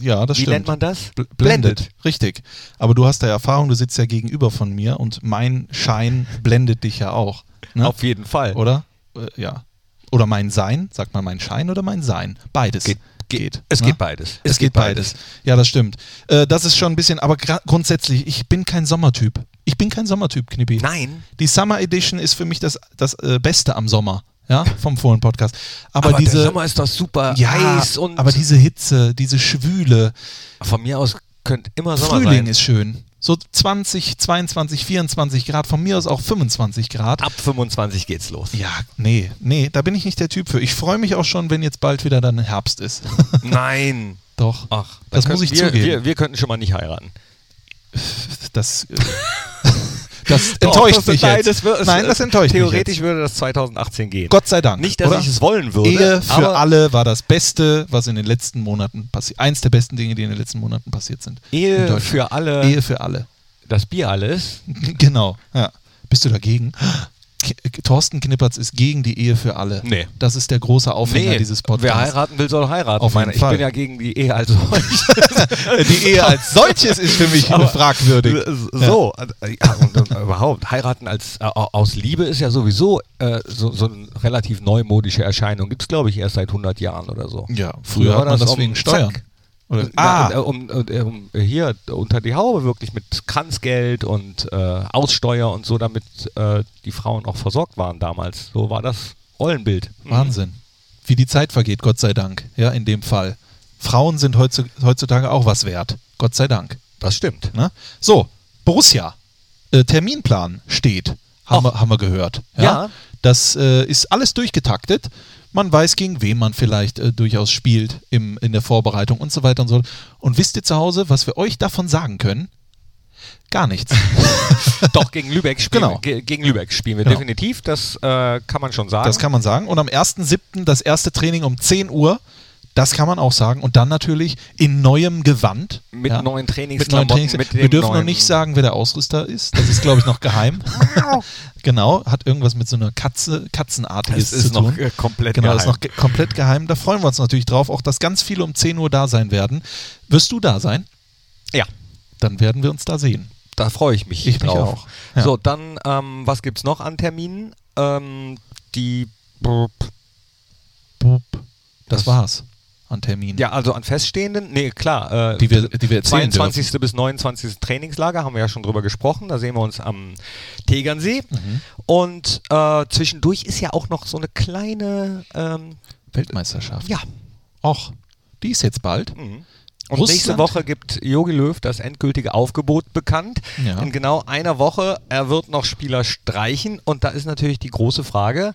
Speaker 1: ja, das
Speaker 2: wie
Speaker 1: stimmt.
Speaker 2: nennt man das?
Speaker 1: Bl- Blendet. Richtig. Aber du hast da Erfahrung, du sitzt ja gegenüber von mir und mein Schein blendet dich ja auch. Ne?
Speaker 2: Auf jeden Fall.
Speaker 1: oder? Äh, ja. Oder mein Sein, sagt man mein Schein oder mein Sein? Beides.
Speaker 2: Geht- Es
Speaker 1: ne?
Speaker 2: geht beides.
Speaker 1: Es, geht beides. Ja, das stimmt. Äh, das ist schon ein bisschen, aber gra- grundsätzlich, ich bin kein Sommertyp. Ich bin kein Sommertyp, Knippi.
Speaker 2: Nein,
Speaker 1: Die Summer Edition ist für mich das, das äh, Beste am Sommer, ja, vom Fohlen Podcast. Aber,
Speaker 2: aber,
Speaker 1: diese
Speaker 2: der Sommer ist doch super
Speaker 1: ja,
Speaker 2: heiß und
Speaker 1: aber diese Hitze, diese Schwüle,
Speaker 2: von mir aus könnte immer Sommer
Speaker 1: Frühling
Speaker 2: sein.
Speaker 1: ist schön. So 20, 22, 24 Grad, von mir aus auch 25 Grad.
Speaker 2: Ab 25 geht's los.
Speaker 1: Ja, nee, nee, da bin ich nicht der Typ für. Ich freue mich auch schon, wenn jetzt bald wieder dann Herbst ist. (laughs)
Speaker 2: Nein.
Speaker 1: Doch,
Speaker 2: Ach,
Speaker 1: Das
Speaker 2: dann
Speaker 1: muss ich
Speaker 2: könnten wir,
Speaker 1: zugeben.
Speaker 2: Wir, wir könnten schon mal nicht heiraten.
Speaker 1: das, äh, (laughs) das enttäuscht
Speaker 2: Doch, das-
Speaker 1: mich
Speaker 2: nein,
Speaker 1: jetzt.
Speaker 2: Das, wird- es-
Speaker 1: nein, das enttäuscht mich
Speaker 2: Theoretisch
Speaker 1: jetzt.
Speaker 2: würde das 2018 gehen.
Speaker 1: Gott sei Dank.
Speaker 2: Nicht, dass
Speaker 1: oder?
Speaker 2: ich es wollen würde.
Speaker 1: Ehe für
Speaker 2: aber
Speaker 1: alle war das Beste, was in den letzten Monaten passiert. Eins der besten Dinge, die in den letzten Monaten passiert sind. in
Speaker 2: Ehe
Speaker 1: Deutschland.
Speaker 2: für alle.
Speaker 1: Ehe für alle. (laughs)
Speaker 2: Das Bier alles.
Speaker 1: Genau. Ja. Bist du dagegen? (gasps) K- Thorsten Knippertz ist gegen die Ehe für alle.
Speaker 2: Nee.
Speaker 1: Das ist der große Aufhänger dieses
Speaker 2: Wer
Speaker 1: Podcasts.
Speaker 2: heiraten will, soll heiraten.
Speaker 1: Auf
Speaker 2: Ich meine,
Speaker 1: jeden Fall.
Speaker 2: Ich bin ja gegen die Ehe als solche.
Speaker 1: (laughs) die
Speaker 2: (laughs)
Speaker 1: Ehe als solches ist für mich
Speaker 2: Aber-
Speaker 1: fragwürdig.
Speaker 2: Äh, so. also, äh, Ja, und, und (laughs) überhaupt, heiraten als, äh, aus Liebe ist ja sowieso äh, so, so eine relativ neumodische Erscheinung. Gibt es, glaube ich, erst seit 100 Jahren oder so.
Speaker 1: Ja, früher hat
Speaker 2: war
Speaker 1: man das
Speaker 2: um-
Speaker 1: wegen Steuern.
Speaker 2: Zack.
Speaker 1: Oder,
Speaker 2: Ah.
Speaker 1: ah,
Speaker 2: um, äh, um, hier unter die Haube wirklich mit Kranzgeld und äh, Aussteuer und so, damit äh, die Frauen auch versorgt waren damals. So war das Rollenbild. Mhm.
Speaker 1: Wahnsinn. Wie die Zeit vergeht, Gott sei Dank. Ja, in dem Fall. Frauen sind heutzu- heutzutage auch was wert. Gott sei Dank.
Speaker 2: Das stimmt.
Speaker 1: Ne? So, Borussia. Äh, Terminplan steht, haben, wir, haben wir gehört.
Speaker 2: Ja.
Speaker 1: Das äh, ist alles durchgetaktet. Man weiß, gegen wen man vielleicht äh, durchaus spielt im, in der Vorbereitung und so weiter und so. fort. Und wisst ihr zu Hause, was wir euch davon sagen können? Gar nichts.
Speaker 2: (laughs) Doch, gegen Lübeck spielen
Speaker 1: Genau.
Speaker 2: wir. ge- Gegen Lübeck spielen wir
Speaker 1: Genau.
Speaker 2: definitiv. Das äh, kann man schon sagen.
Speaker 1: Das kann man sagen. Und am 1.7. das erste Training um 10 Uhr. Das kann man auch sagen. Und dann natürlich in neuem Gewand.
Speaker 2: mit
Speaker 1: Ja.
Speaker 2: neuen Trainings.
Speaker 1: mit neuen Trainings. Wir dürfen noch nicht sagen, wer der Ausrüster ist. Das ist, glaube ich, noch
Speaker 2: (laughs)
Speaker 1: geheim. genau, hat irgendwas mit so einer Katze, Katzenartiges
Speaker 2: Es ist
Speaker 1: zu tun.
Speaker 2: noch äh, komplett
Speaker 1: genau, ist
Speaker 2: geheim.
Speaker 1: noch ge komplett geheim. Da freuen wir uns natürlich drauf, auch dass ganz viele um 10 Uhr da sein werden. Wirst du da sein?
Speaker 2: ja,
Speaker 1: Dann werden wir uns da sehen.
Speaker 2: da freue ich mich
Speaker 1: Ich mich
Speaker 2: drauf.
Speaker 1: auch. Ja.
Speaker 2: So, dann, ähm, was gibt es noch an Terminen? Ähm, die,
Speaker 1: Boop. Das
Speaker 2: Das-
Speaker 1: war's an Termin.
Speaker 2: ja, also an feststehenden, nee, klar. Äh,
Speaker 1: Die wir, die wir erzählen
Speaker 2: 22. bis 29. Trainingslager, haben wir ja schon drüber gesprochen. Da sehen wir uns am Tegernsee. Und äh, zwischendurch ist ja auch noch so eine kleine, ähm,
Speaker 1: dürfen. Weltmeisterschaft.
Speaker 2: ja.
Speaker 1: Och, die ist jetzt bald.
Speaker 2: mhm. Und
Speaker 1: Russland?
Speaker 2: nächste Woche gibt Jogi Löw das endgültige Aufgebot bekannt.
Speaker 1: Ja.
Speaker 2: In genau einer Woche. Er wird noch Spieler streichen. Und da ist natürlich die große Frage,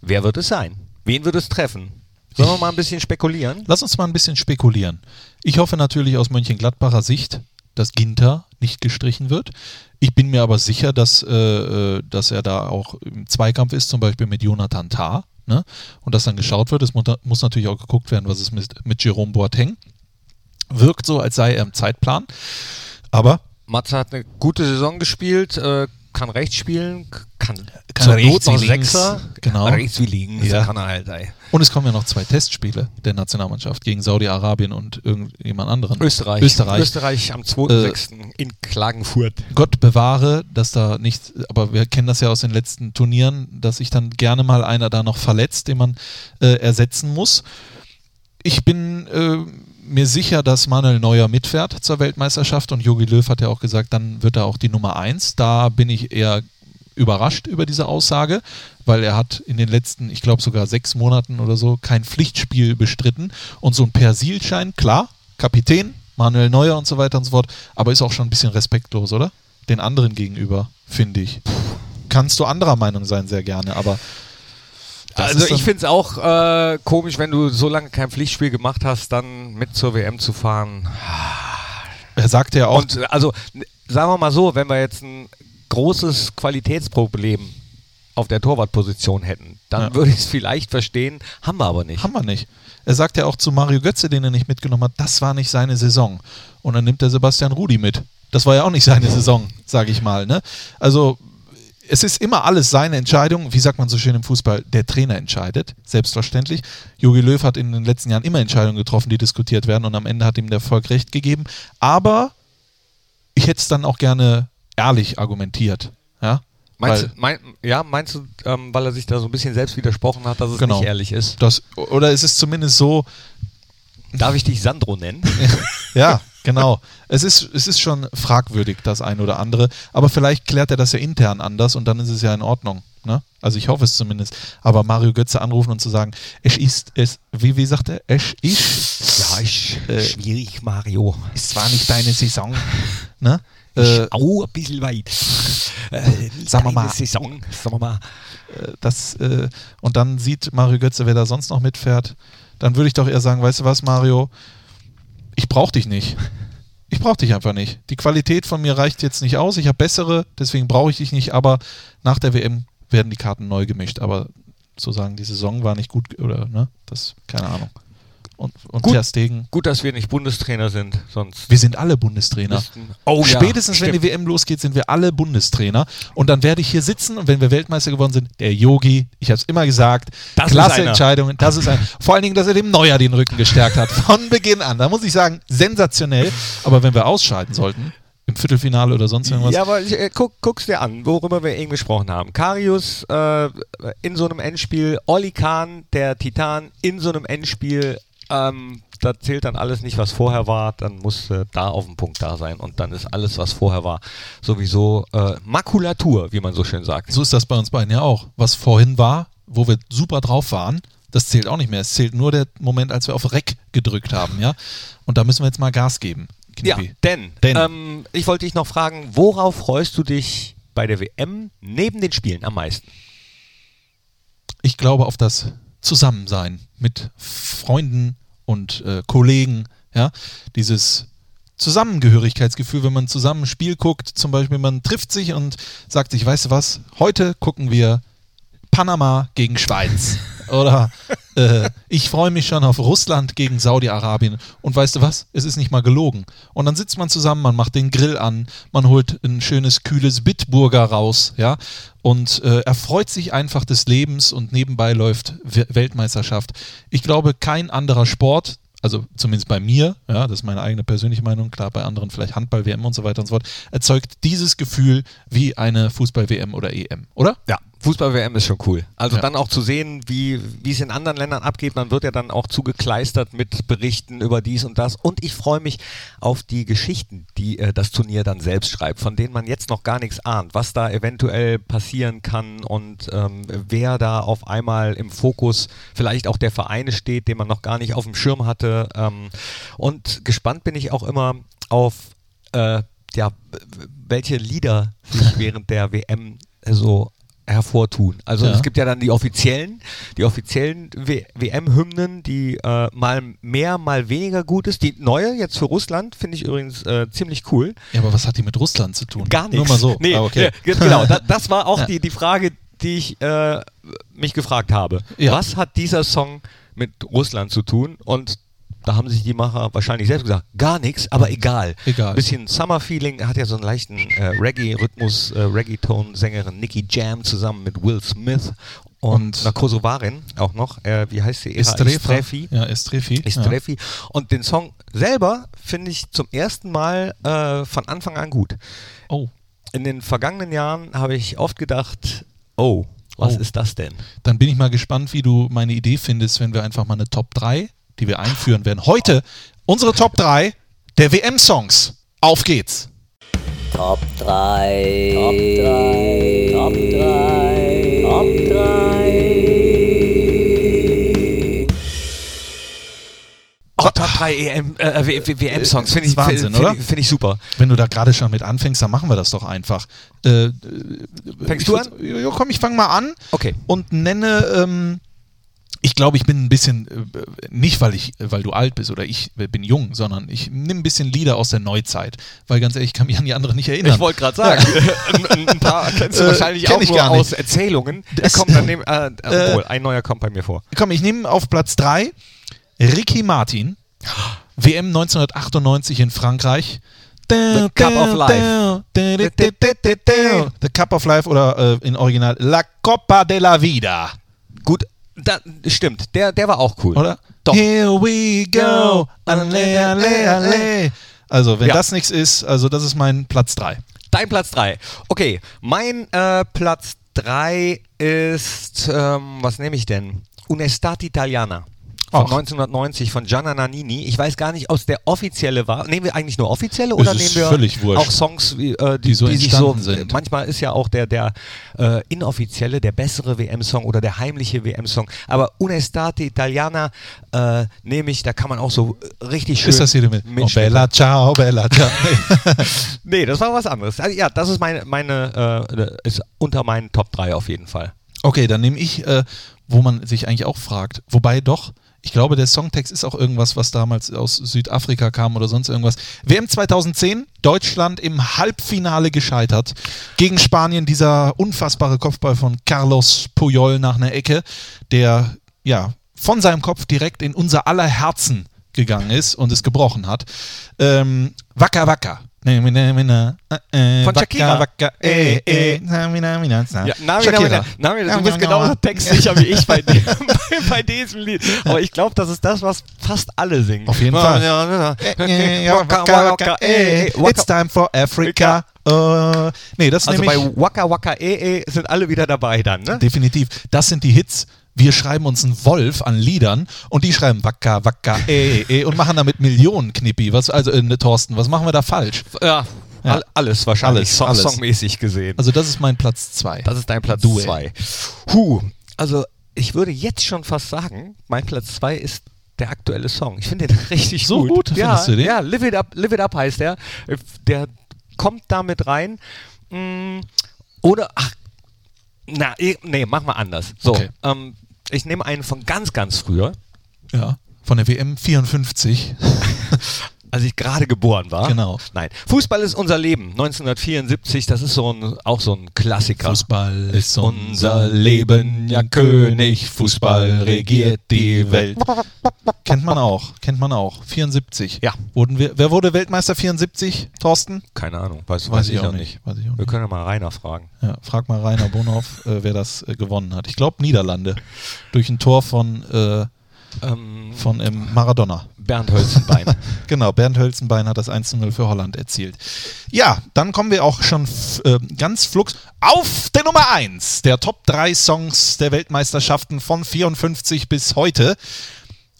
Speaker 2: wer wird es sein? Wen wird es treffen? Sollen wir mal ein bisschen spekulieren?
Speaker 1: Lass uns mal ein bisschen spekulieren. Ich hoffe natürlich aus Mönchengladbacher Sicht, dass Ginter nicht gestrichen wird. Ich bin mir aber sicher, dass, äh, äh, dass er da auch im Zweikampf ist, zum Beispiel mit Jonathan Tah. Ne? Und dass dann geschaut wird. Es mu- muss natürlich auch geguckt werden, was ist mit, mit Jerome Boateng. Wirkt so, als sei er im Zeitplan. Aber
Speaker 2: Matze hat eine gute Saison gespielt, äh, kann rechts spielen, k- kann,
Speaker 1: Kann
Speaker 2: zur
Speaker 1: er
Speaker 2: Not
Speaker 1: rechts wie
Speaker 2: noch
Speaker 1: links,
Speaker 2: Sechser, Äh,
Speaker 1: genau.
Speaker 2: rechts wie links,
Speaker 1: Ja.
Speaker 2: kann er halt. Ey.
Speaker 1: Und es kommen ja noch zwei Testspiele der Nationalmannschaft gegen Saudi-Arabien und irgendjemand anderen.
Speaker 2: Österreich.
Speaker 1: Österreich. Äh.
Speaker 2: Österreich am 2.6. in Klagenfurt.
Speaker 1: Gott bewahre, dass da nicht, aber wir kennen das ja aus den letzten Turnieren, dass sich dann gerne mal einer da noch verletzt, den man äh, ersetzen muss. Ich bin äh, mir sicher, dass Manuel Neuer mitfährt zur Weltmeisterschaft und Jogi Löw hat ja auch gesagt, dann wird er auch die Nummer 1. Da bin ich eher überrascht über diese Aussage, weil er hat in den letzten, ich glaube sogar sechs Monaten oder so, kein Pflichtspiel bestritten. Und so ein Persilschein, klar, Kapitän, Manuel Neuer und so weiter und so fort. Aber ist auch schon ein bisschen respektlos, oder? Den anderen gegenüber, finde ich. Kannst du anderer Meinung sein, sehr gerne, aber. das
Speaker 2: also
Speaker 1: ist dann-
Speaker 2: ich finde es auch äh, komisch, wenn du so lange kein Pflichtspiel gemacht hast, dann mit zur WM zu fahren.
Speaker 1: Er sagte ja auch,
Speaker 2: Und äh, also n- sagen wir mal so, wenn wir jetzt ein großes Qualitätsproblem auf der Torwartposition hätten, dann
Speaker 1: Ja.
Speaker 2: würde ich es vielleicht verstehen, haben wir aber nicht.
Speaker 1: haben wir nicht. Er sagt ja auch zu Mario Götze, den er nicht mitgenommen hat, das war nicht seine Saison. Und dann nimmt er Sebastian Rudi mit. Das war ja auch nicht seine Saison, sage ich mal. Ne? Also es ist immer alles seine Entscheidung. Wie sagt man so schön im Fußball? Der Trainer entscheidet, selbstverständlich. Jogi Löw hat in den letzten Jahren immer Entscheidungen getroffen, die diskutiert werden und am Ende hat ihm der Erfolg recht gegeben. Aber ich hätte es dann auch gerne ehrlich argumentiert. Ja?
Speaker 2: Meinst,
Speaker 1: Weil-
Speaker 2: du- mein, ja, meinst du, ähm, weil er sich da so ein bisschen selbst widersprochen hat, dass es
Speaker 1: Genau.
Speaker 2: nicht ehrlich ist?
Speaker 1: Das, oder es ist zumindest so,
Speaker 2: Darf ich dich Sandro nennen?
Speaker 1: (laughs) Ja, genau. Es ist, es ist schon fragwürdig, das ein oder andere. Aber vielleicht klärt er das ja intern anders und dann ist es ja in Ordnung. Ne? Also ich hoffe es zumindest. Aber Mario Götze anrufen und zu sagen, es ist, es, wie, wie sagt er, es ist,
Speaker 2: Ja, ich,
Speaker 1: Äh,
Speaker 2: schwierig, Mario.
Speaker 1: es war nicht deine Saison. (laughs) Ne?
Speaker 2: Ich
Speaker 1: Äh,
Speaker 2: au ein bisschen weit. Äh,
Speaker 1: Sagen wir mal-
Speaker 2: Saison, sagen wir mal.
Speaker 1: das, äh, und dann sieht Mario Götze, wer da sonst noch mitfährt. Dann würde ich doch eher sagen, weißt du was, Mario, ich brauche dich nicht. Ich brauche dich einfach nicht. Die Qualität von mir reicht jetzt nicht aus. Ich habe bessere, deswegen brauche ich dich nicht. Aber nach der WM werden die Karten neu gemischt. Aber so sagen, die Saison war nicht gut oder ne? Das keine Ahnung. Und, und
Speaker 2: Gut.
Speaker 1: Ter Stegen.
Speaker 2: Gut, dass wir nicht Bundestrainer sind, sonst.
Speaker 1: Wir sind alle Bundestrainer.
Speaker 2: müssten- Oh,
Speaker 1: Spätestens, wenn
Speaker 2: stimmt.
Speaker 1: die WM losgeht, sind wir alle Bundestrainer. Und dann werde ich hier sitzen und wenn wir Weltmeister geworden sind, der Yogi, ich habe es immer gesagt,
Speaker 2: Das ist
Speaker 1: klasse
Speaker 2: einer.
Speaker 1: Entscheidungen. Das ist ein, vor allen Dingen, dass er dem Neuer den Rücken gestärkt hat. Von Beginn an. Da muss ich sagen, sensationell. Aber wenn wir ausscheiden sollten, im Viertelfinale oder sonst irgendwas,
Speaker 2: Ja, aber ich, äh, guck, guck's dir an, worüber wir eben gesprochen haben. Karius äh, in so einem Endspiel, Oli Kahn, der Titan, in so einem Endspiel. Ähm, da zählt dann alles nicht, was vorher war. Dann muss äh, da auf den Punkt da sein. Und dann ist alles, was vorher war, sowieso äh, Makulatur, wie man so schön sagt.
Speaker 1: so ist das bei uns beiden ja auch. Was vorhin war, wo wir super drauf waren, das zählt auch nicht mehr. Es zählt nur der Moment, als wir auf Reck gedrückt haben, ja. Und da müssen wir jetzt mal Gas geben.
Speaker 2: Ja,
Speaker 1: Knippi.
Speaker 2: denn,
Speaker 1: Denn.
Speaker 2: Ähm, ich wollte dich noch fragen, worauf freust du dich bei der WM neben den Spielen am meisten?
Speaker 1: ich glaube auf das Zusammensein mit Freunden und äh, Kollegen, ja, dieses Zusammengehörigkeitsgefühl, wenn man zusammen ein Spiel guckt, zum Beispiel man trifft sich und sagt sich, weißt du was, heute gucken wir Panama gegen Schweiz oder äh, ich freue mich schon auf Russland gegen Saudi-Arabien und weißt du was, es ist nicht mal gelogen. Und dann sitzt man zusammen, man macht den Grill an, man holt ein schönes, kühles Bitburger raus, ja, und äh, erfreut sich einfach des Lebens und nebenbei läuft W- Weltmeisterschaft. Ich glaube, kein anderer Sport, also zumindest bei mir, ja, das ist meine eigene persönliche Meinung, klar, bei anderen vielleicht Handball, WM und so weiter und so fort, erzeugt dieses Gefühl wie eine Fußball-WM oder EM, oder?
Speaker 2: Ja, Fußball-WM ist schon cool. Also
Speaker 1: Ja.
Speaker 2: dann auch zu sehen, wie wie es in anderen Ländern abgeht. Man wird ja dann auch zugekleistert mit Berichten über dies und das. Und ich freue mich auf die Geschichten, die äh, das Turnier dann selbst schreibt, von denen man jetzt noch gar nichts ahnt, was da eventuell passieren kann und ähm, wer da auf einmal im Fokus vielleicht auch der Vereine steht, den man noch gar nicht auf dem Schirm hatte. Ähm, und gespannt bin ich auch immer auf äh, ja, w- welche Lieder sich während der WM so hervortun. Also
Speaker 1: Ja.
Speaker 2: es gibt ja dann die offiziellen, die offiziellen W- WM-Hymnen, die äh, mal mehr, mal weniger gut ist. Die neue jetzt für Russland finde ich übrigens äh, ziemlich cool.
Speaker 1: Ja, aber was hat die mit Russland zu tun?
Speaker 2: Gar nichts.
Speaker 1: Nur mal so.
Speaker 2: Nee,
Speaker 1: ah, okay.
Speaker 2: nee, ge-
Speaker 1: (laughs)
Speaker 2: genau, da, das war auch
Speaker 1: Ja.
Speaker 2: die, die Frage, die ich äh, mich gefragt habe.
Speaker 1: Ja.
Speaker 2: Was hat dieser Song mit Russland zu tun? Und da haben sich die Macher wahrscheinlich selbst gesagt, gar nichts, aber egal.
Speaker 1: Egal.
Speaker 2: Bisschen Summer-Feeling, hat ja so einen leichten äh, Reggae-Rhythmus, äh, Reggaeton-Sängerin Nicky Jam zusammen mit Will Smith und,
Speaker 1: Und-
Speaker 2: einer Kosovarin auch noch. Äh, wie heißt sie? Eva
Speaker 1: Estrefa.
Speaker 2: Estrefi.
Speaker 1: Ja, Estrefi.
Speaker 2: Ist
Speaker 1: ja.
Speaker 2: Treffi. Und den Song selber finde ich zum ersten Mal äh, von Anfang an gut.
Speaker 1: Oh,
Speaker 2: In den vergangenen Jahren habe ich oft gedacht, oh, was
Speaker 1: Oh.
Speaker 2: ist das denn?
Speaker 1: dann bin ich mal gespannt, wie du meine Idee findest, wenn wir einfach mal eine Top 3, die wir einführen werden. Heute unsere Top 3 der WM-Songs. Auf geht's.
Speaker 4: Top 3. Top 3. Top 3. Top 3.
Speaker 2: Oh, Top drei EM, äh, WM-Songs. Finde ich,
Speaker 1: ist Wahnsinn,
Speaker 2: find,
Speaker 1: oder?
Speaker 2: ich- Find ich super.
Speaker 1: Wenn du da gerade schon mit anfängst, dann machen wir das doch einfach. Äh,
Speaker 2: Fängst
Speaker 1: ich
Speaker 2: du
Speaker 1: würd- Ja, komm, ich fange mal an
Speaker 2: Okay.
Speaker 1: und nenne. Ähm, ich glaube, ich bin ein bisschen, äh, nicht weil ich, weil du alt bist oder ich bin jung, sondern ich nehme ein bisschen Lieder aus der Neuzeit, weil ganz ehrlich, ich kann mich an die anderen nicht erinnern.
Speaker 2: Ich wollte gerade sagen, (laughs) ein, ein paar kennst du
Speaker 1: Äh,
Speaker 2: wahrscheinlich
Speaker 1: kenn
Speaker 2: auch
Speaker 1: ich
Speaker 2: nur
Speaker 1: gar nicht.
Speaker 2: aus Erzählungen.
Speaker 1: Das-
Speaker 2: Das kommt dann neben, äh,
Speaker 1: Äh,
Speaker 2: obwohl, ein neuer kommt bei mir vor.
Speaker 1: Komm, ich nehme auf Platz 3 Ricky Martin, WM 1998 in Frankreich. The
Speaker 2: Cup of Life.
Speaker 1: The Cup of Life oder äh, in Original La Copa de la Vida,
Speaker 2: Gut, da, stimmt, der, der war auch cool.
Speaker 1: oder?
Speaker 2: Doch.
Speaker 1: Here we go. Ale, ale, ale. Also, wenn
Speaker 2: Ja.
Speaker 1: das nichts ist, also das ist mein Platz 3.
Speaker 2: Dein Platz 3. Okay, mein äh, Platz 3 ist, ähm, was nehme ich denn? Un'estate Italiana. Von
Speaker 1: Ach.
Speaker 2: 1990 von Gianna Nannini. Ich weiß gar nicht, ob es der offizielle war. Nehmen wir eigentlich nur offizielle oder
Speaker 1: ist
Speaker 2: nehmen wir
Speaker 1: völlig wurscht.
Speaker 2: auch Songs, wie, äh, die,
Speaker 1: Die so
Speaker 2: sich
Speaker 1: entstanden
Speaker 2: so,
Speaker 1: sind.
Speaker 2: Manchmal ist ja auch der, der äh, inoffizielle, der bessere WM-Song oder der heimliche WM-Song. Aber Un'estate Italiana äh, nehme ich, da kann man auch so äh, richtig schön
Speaker 1: Ist das hier mit? Oh,
Speaker 2: mitschnippeln.
Speaker 1: Bella Ciao, Bella Ciao.
Speaker 2: (laughs) Nee, das war was anderes. Also, ja, das ist meine, meine äh, ist unter meinen Top 3 auf jeden Fall.
Speaker 1: Okay, dann nehme ich, äh, wo man sich eigentlich auch fragt. Wobei doch, ich glaube, der Songtext ist auch irgendwas, was damals aus Südafrika kam oder sonst irgendwas. WM 2010, Deutschland im Halbfinale gescheitert. Gegen Spanien dieser unfassbare Kopfball von Carlos Puyol nach einer Ecke, der ja von seinem Kopf direkt in unser aller Herzen gegangen ist und es gebrochen hat. Ähm, waka Waka. Von
Speaker 2: Von Shakira.
Speaker 1: Äh, Waka, eh, eh, na, mi, na, mi, na, na.
Speaker 2: Ja, Nami,
Speaker 1: Shakira.
Speaker 2: Nami, Nami,
Speaker 1: Ja,
Speaker 2: du bist genau
Speaker 1: ja,
Speaker 2: genauso
Speaker 1: ja.
Speaker 2: textsicher wie
Speaker 1: (laughs)
Speaker 2: ich bei, dem, bei, bei diesem Lied. Aber ich glaube, das ist das, was fast alle singen.
Speaker 1: Auf jeden Fall. Äh, Waka, waka,
Speaker 2: E,
Speaker 1: eh, It's time for Africa. Äh, nee, das
Speaker 2: Also
Speaker 1: nehme
Speaker 2: bei
Speaker 1: ich
Speaker 2: Waka Waka eh, eh sind alle wieder dabei dann, ne?
Speaker 1: definitiv. Das sind die Hits. Wir schreiben uns einen Wolf an Liedern und die schreiben Waka, Waka, eh, eh und machen damit Millionen Knippi. Was, also, äh, ne, Thorsten, was machen wir da falsch?
Speaker 2: Ja, all- alles wahrscheinlich,
Speaker 1: Alles,
Speaker 2: so-
Speaker 1: alles.
Speaker 2: songmäßig gesehen.
Speaker 1: Also, das ist mein Platz 2.
Speaker 2: Das ist dein Platz
Speaker 1: Duell.
Speaker 2: 2. Huh, also ich würde jetzt schon fast sagen, mein Platz 2 ist der aktuelle Song. Ich finde den (laughs) richtig
Speaker 1: So
Speaker 2: gut.
Speaker 1: gut,
Speaker 2: ja,
Speaker 1: findest du den?
Speaker 2: Ja, Live It Up, Live It Up heißt der. Der kommt damit rein. Mm, Oder, ach, na, eh, nee, mach mal anders. So,
Speaker 1: Okay.
Speaker 2: ähm, ich nehme einen von ganz, ganz früher,
Speaker 1: Ja. Von der WM 54.
Speaker 2: (laughs) als ich gerade geboren war.
Speaker 1: Genau.
Speaker 2: Nein, Fußball ist unser Leben, 1974, das ist so ein, auch so ein Klassiker.
Speaker 1: Fußball ist unser Leben, ja König. Fußball regiert die Welt. Kennt man auch, kennt man auch. 74.
Speaker 2: Ja.
Speaker 1: Wurden wir, wer wurde Weltmeister 74, Thorsten?
Speaker 2: Keine Ahnung, weiß, weiß,
Speaker 1: Weiß
Speaker 2: ich,
Speaker 1: ich auch
Speaker 2: noch
Speaker 1: nicht.
Speaker 2: nicht.
Speaker 1: Weiß ich auch
Speaker 2: Wir
Speaker 1: nicht.
Speaker 2: können ja mal Rainer fragen.
Speaker 1: Ja, frag mal Rainer Bonhoff, äh, wer das äh, gewonnen hat. Ich glaube Niederlande. Durch ein Tor von, äh,
Speaker 2: Ähm,
Speaker 1: von ähm, Maradona.
Speaker 2: Bernd
Speaker 1: (laughs)
Speaker 2: Hölzenbein.
Speaker 1: Genau, Bernd Hölzenbein hat das 1-0 für Holland erzielt. Ja, dann kommen wir auch schon f- ähm, ganz flugs auf der Nummer 1 der Top 3 Songs der Weltmeisterschaften von 54 bis heute.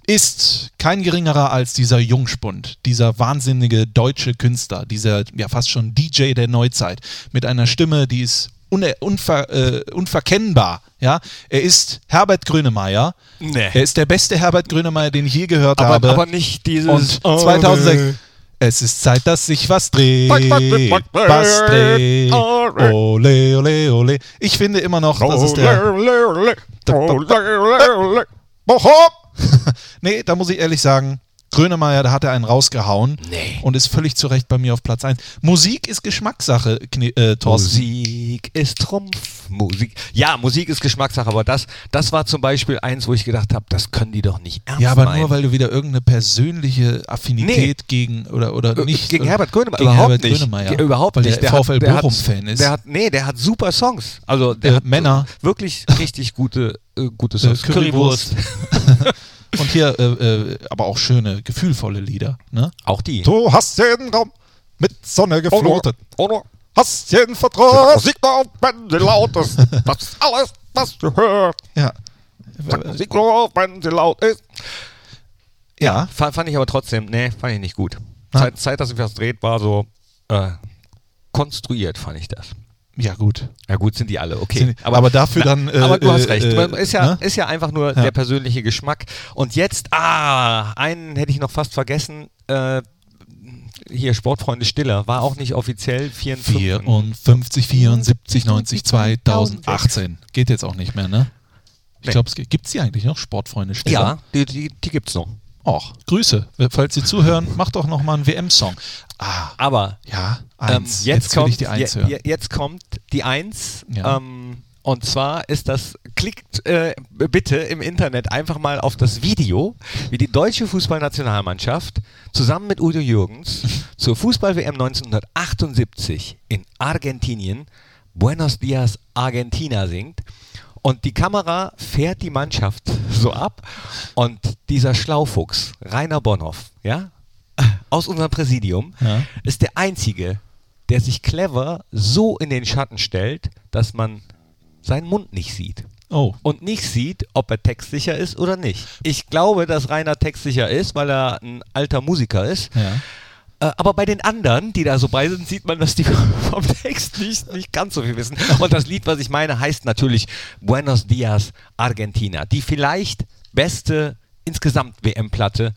Speaker 1: Ist kein geringerer als dieser Jungspund, dieser wahnsinnige deutsche Künstler, dieser ja fast schon DJ der Neuzeit mit einer Stimme, die ist une- unver äh, unverkennbar. Ja, er ist Herbert Grönemeyer.
Speaker 2: nee.
Speaker 1: Er ist der beste Herbert Grönemeyer, den ich je gehört habe.
Speaker 2: aber, aber nicht dieses.
Speaker 1: Und 2006. Es ist Zeit, dass sich was dreht. Was dreht. Ole, ole, ole. Ich finde immer noch, das ist der. Bochum! (laughs) nee, da muss ich ehrlich sagen, Grönemeyer, da hat er einen rausgehauen.
Speaker 2: Nee.
Speaker 1: Und ist völlig zu Recht bei mir auf Platz 1. Musik ist Geschmackssache, Kne äh, Thorsten.
Speaker 2: Musik ist Trumpf. Musik. Ja, Musik ist Geschmackssache, aber das, das war zum Beispiel eins, wo ich gedacht habe, das können die doch nicht ernst
Speaker 1: Ja, aber
Speaker 2: meinen.
Speaker 1: nur, weil du wieder irgendeine persönliche Affinität gegen oder, oder
Speaker 2: Äh,
Speaker 1: nicht.
Speaker 2: gegen
Speaker 1: oder-
Speaker 2: Herbert Grönemeyer
Speaker 1: gegen
Speaker 2: überhaupt
Speaker 1: Herbert
Speaker 2: nicht.
Speaker 1: Grönemeyer.
Speaker 2: Ge- überhaupt
Speaker 1: weil
Speaker 2: nicht.
Speaker 1: Der,
Speaker 2: hat-
Speaker 1: VfL
Speaker 2: hat-
Speaker 1: Bochum-Fan ist.
Speaker 2: Der hat, nee, der hat super Songs. Also der
Speaker 1: Äh,
Speaker 2: hat
Speaker 1: Männer.
Speaker 2: wirklich richtig gute, äh, gute Songs.
Speaker 1: Äh, Currywurst. (laughs) Und hier äh, äh, aber auch schöne, gefühlvolle Lieder. Ne?
Speaker 2: Auch die.
Speaker 1: Du hast jeden Raum mit Sonne geflutet.
Speaker 2: Oder
Speaker 1: Hast jeden Vertrag.
Speaker 2: Musik auf, wenn sie laut ist. Das ist alles, was du hörst.
Speaker 1: Ja.
Speaker 2: Musik auf, wenn sie laut ist.
Speaker 1: Ja.
Speaker 2: Fand, fand ich aber trotzdem, nee, fand ich nicht gut.
Speaker 1: Ah.
Speaker 2: Zeit, Zeit, dass ich was dreht, war so äh, konstruiert, fand ich das.
Speaker 1: Ja, gut.
Speaker 2: Ja gut, sind die alle, okay.
Speaker 1: Sind die- aber dafür dann, äh,
Speaker 2: aber du hast
Speaker 1: äh,
Speaker 2: recht.
Speaker 1: äh,
Speaker 2: ist, ja,
Speaker 1: ne?
Speaker 2: ist ja einfach nur der persönliche Geschmack. Und jetzt, ah, einen hätte ich noch fast vergessen. Äh, hier, Sportfreunde Stiller, war auch nicht offiziell 54.
Speaker 1: 54, 74, 90, 2018. Geht jetzt auch nicht mehr, ne? Ich
Speaker 2: Nee.
Speaker 1: glaube, es gibt gibt's die eigentlich noch, Sportfreunde Stiller?
Speaker 2: Ja, die, die, die gibt's noch.
Speaker 1: Och, Grüße. Äh, Falls Sie zuhören, macht doch nochmal einen WM-Song. Ah,
Speaker 2: Aber
Speaker 1: ja,
Speaker 2: ähm,
Speaker 1: eins.
Speaker 2: jetzt,
Speaker 1: will
Speaker 2: kommt,
Speaker 1: ich die Eins
Speaker 2: je,
Speaker 1: hören.
Speaker 2: je- jetzt kommt die Eins.
Speaker 1: Ja.
Speaker 2: Ähm, und zwar ist das, klickt äh, bitte im Internet einfach mal auf das Video, wie die deutsche Fußballnationalmannschaft zusammen mit
Speaker 1: (laughs)
Speaker 2: Udo Jürgens zur Fußball-WM 1978 in Argentinien Buenos Dias Argentina singt. Und die Kamera fährt die Mannschaft so ab und dieser Schlaufuchs, Rainer Bonhoff, ja, aus unserem Präsidium,
Speaker 1: Ja.
Speaker 2: ist der Einzige, der sich clever so in den Schatten stellt, dass man seinen Mund nicht sieht.
Speaker 1: Oh,
Speaker 2: Und nicht sieht, ob er textsicher ist oder nicht. Ich glaube, dass Rainer textsicher ist, weil er ein alter Musiker ist.
Speaker 1: ja.
Speaker 2: Äh, aber bei den anderen, die da so bei sind, sieht man, dass die (laughs) vom Text nicht, nicht ganz so viel wissen. Und das Lied, was ich meine, heißt natürlich Buenos Dias Argentina. Die vielleicht beste insgesamt WM-Platte,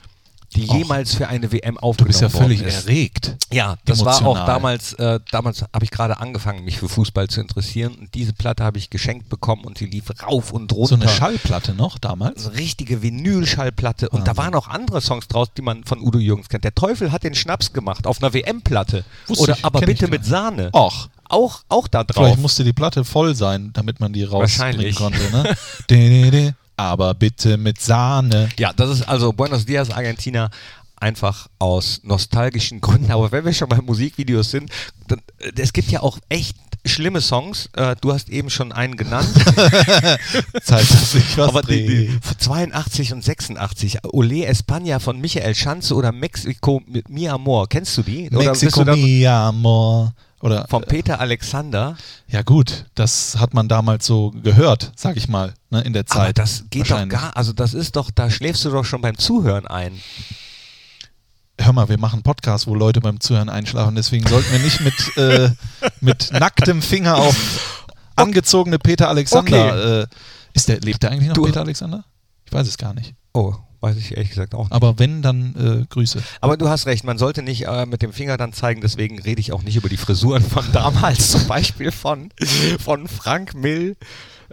Speaker 2: die
Speaker 1: Och.
Speaker 2: jemals für eine WM aufgenommen
Speaker 1: Du bist ja völlig
Speaker 2: worden ist.
Speaker 1: erregt.
Speaker 2: Ja, das war
Speaker 1: Emotional.
Speaker 2: auch damals, äh, damals habe ich gerade angefangen, mich für Fußball zu interessieren und diese Platte habe ich geschenkt bekommen und die lief rauf und runter.
Speaker 1: So eine Schallplatte noch damals?
Speaker 2: So eine richtige Vinylschallplatte und da waren auch andere Songs draus, die man von Udo Jürgens kennt. Der Teufel hat den Schnaps gemacht auf einer WM-Platte
Speaker 1: Wusste
Speaker 2: oder
Speaker 1: ich,
Speaker 2: aber
Speaker 1: kenn ich
Speaker 2: bitte
Speaker 1: gar
Speaker 2: mit
Speaker 1: nicht.
Speaker 2: Sahne.
Speaker 1: Och,
Speaker 2: Auch auch da drauf.
Speaker 1: vielleicht musste die Platte voll sein, damit man die rausbringen
Speaker 2: Wahrscheinlich.
Speaker 1: konnte.
Speaker 2: (laughs)
Speaker 1: Ne? De, de, de. Aber bitte mit Sahne.
Speaker 2: Ja, das ist also Buenos Dias Argentina einfach aus nostalgischen Gründen. Aber wenn wir schon bei Musikvideos sind, dann, äh, es gibt ja auch echt schlimme Songs. Äh, du hast eben schon einen
Speaker 1: (laughs)
Speaker 2: genannt.
Speaker 1: Zeit, dass ich was
Speaker 2: Aber die,
Speaker 1: drehe.
Speaker 2: die 82 und 86, Ole España von Michael Schanze oder Mexiko mit Mi Amor, kennst du die? Oder bist
Speaker 1: Mexico
Speaker 2: du da
Speaker 1: mi amor. Oder,
Speaker 2: von Peter Alexander.
Speaker 1: ja gut, das hat man damals so gehört, sag ich mal, ne, in der Zeit.
Speaker 2: Aber das geht doch
Speaker 1: Wahrscheinlich.
Speaker 2: gar, also das ist doch, da schläfst du doch schon beim Zuhören ein.
Speaker 1: Hör mal, wir machen einen Podcast, wo Leute beim Zuhören einschlafen, deswegen sollten wir nicht mit,
Speaker 2: (laughs)
Speaker 1: äh, mit nacktem Finger auf angezogene Peter Alexander. Äh, ist der, lebt der eigentlich noch
Speaker 2: Du-
Speaker 1: Peter Alexander? Ich weiß es gar nicht.
Speaker 2: Oh, weiß ich ehrlich gesagt auch nicht.
Speaker 1: Aber wenn, dann äh, Grüße.
Speaker 2: Aber du hast recht, man sollte nicht äh, mit dem Finger dann zeigen, deswegen rede ich auch nicht über die Frisuren
Speaker 1: (laughs)
Speaker 2: von damals, zum Beispiel von, von Frank Mill,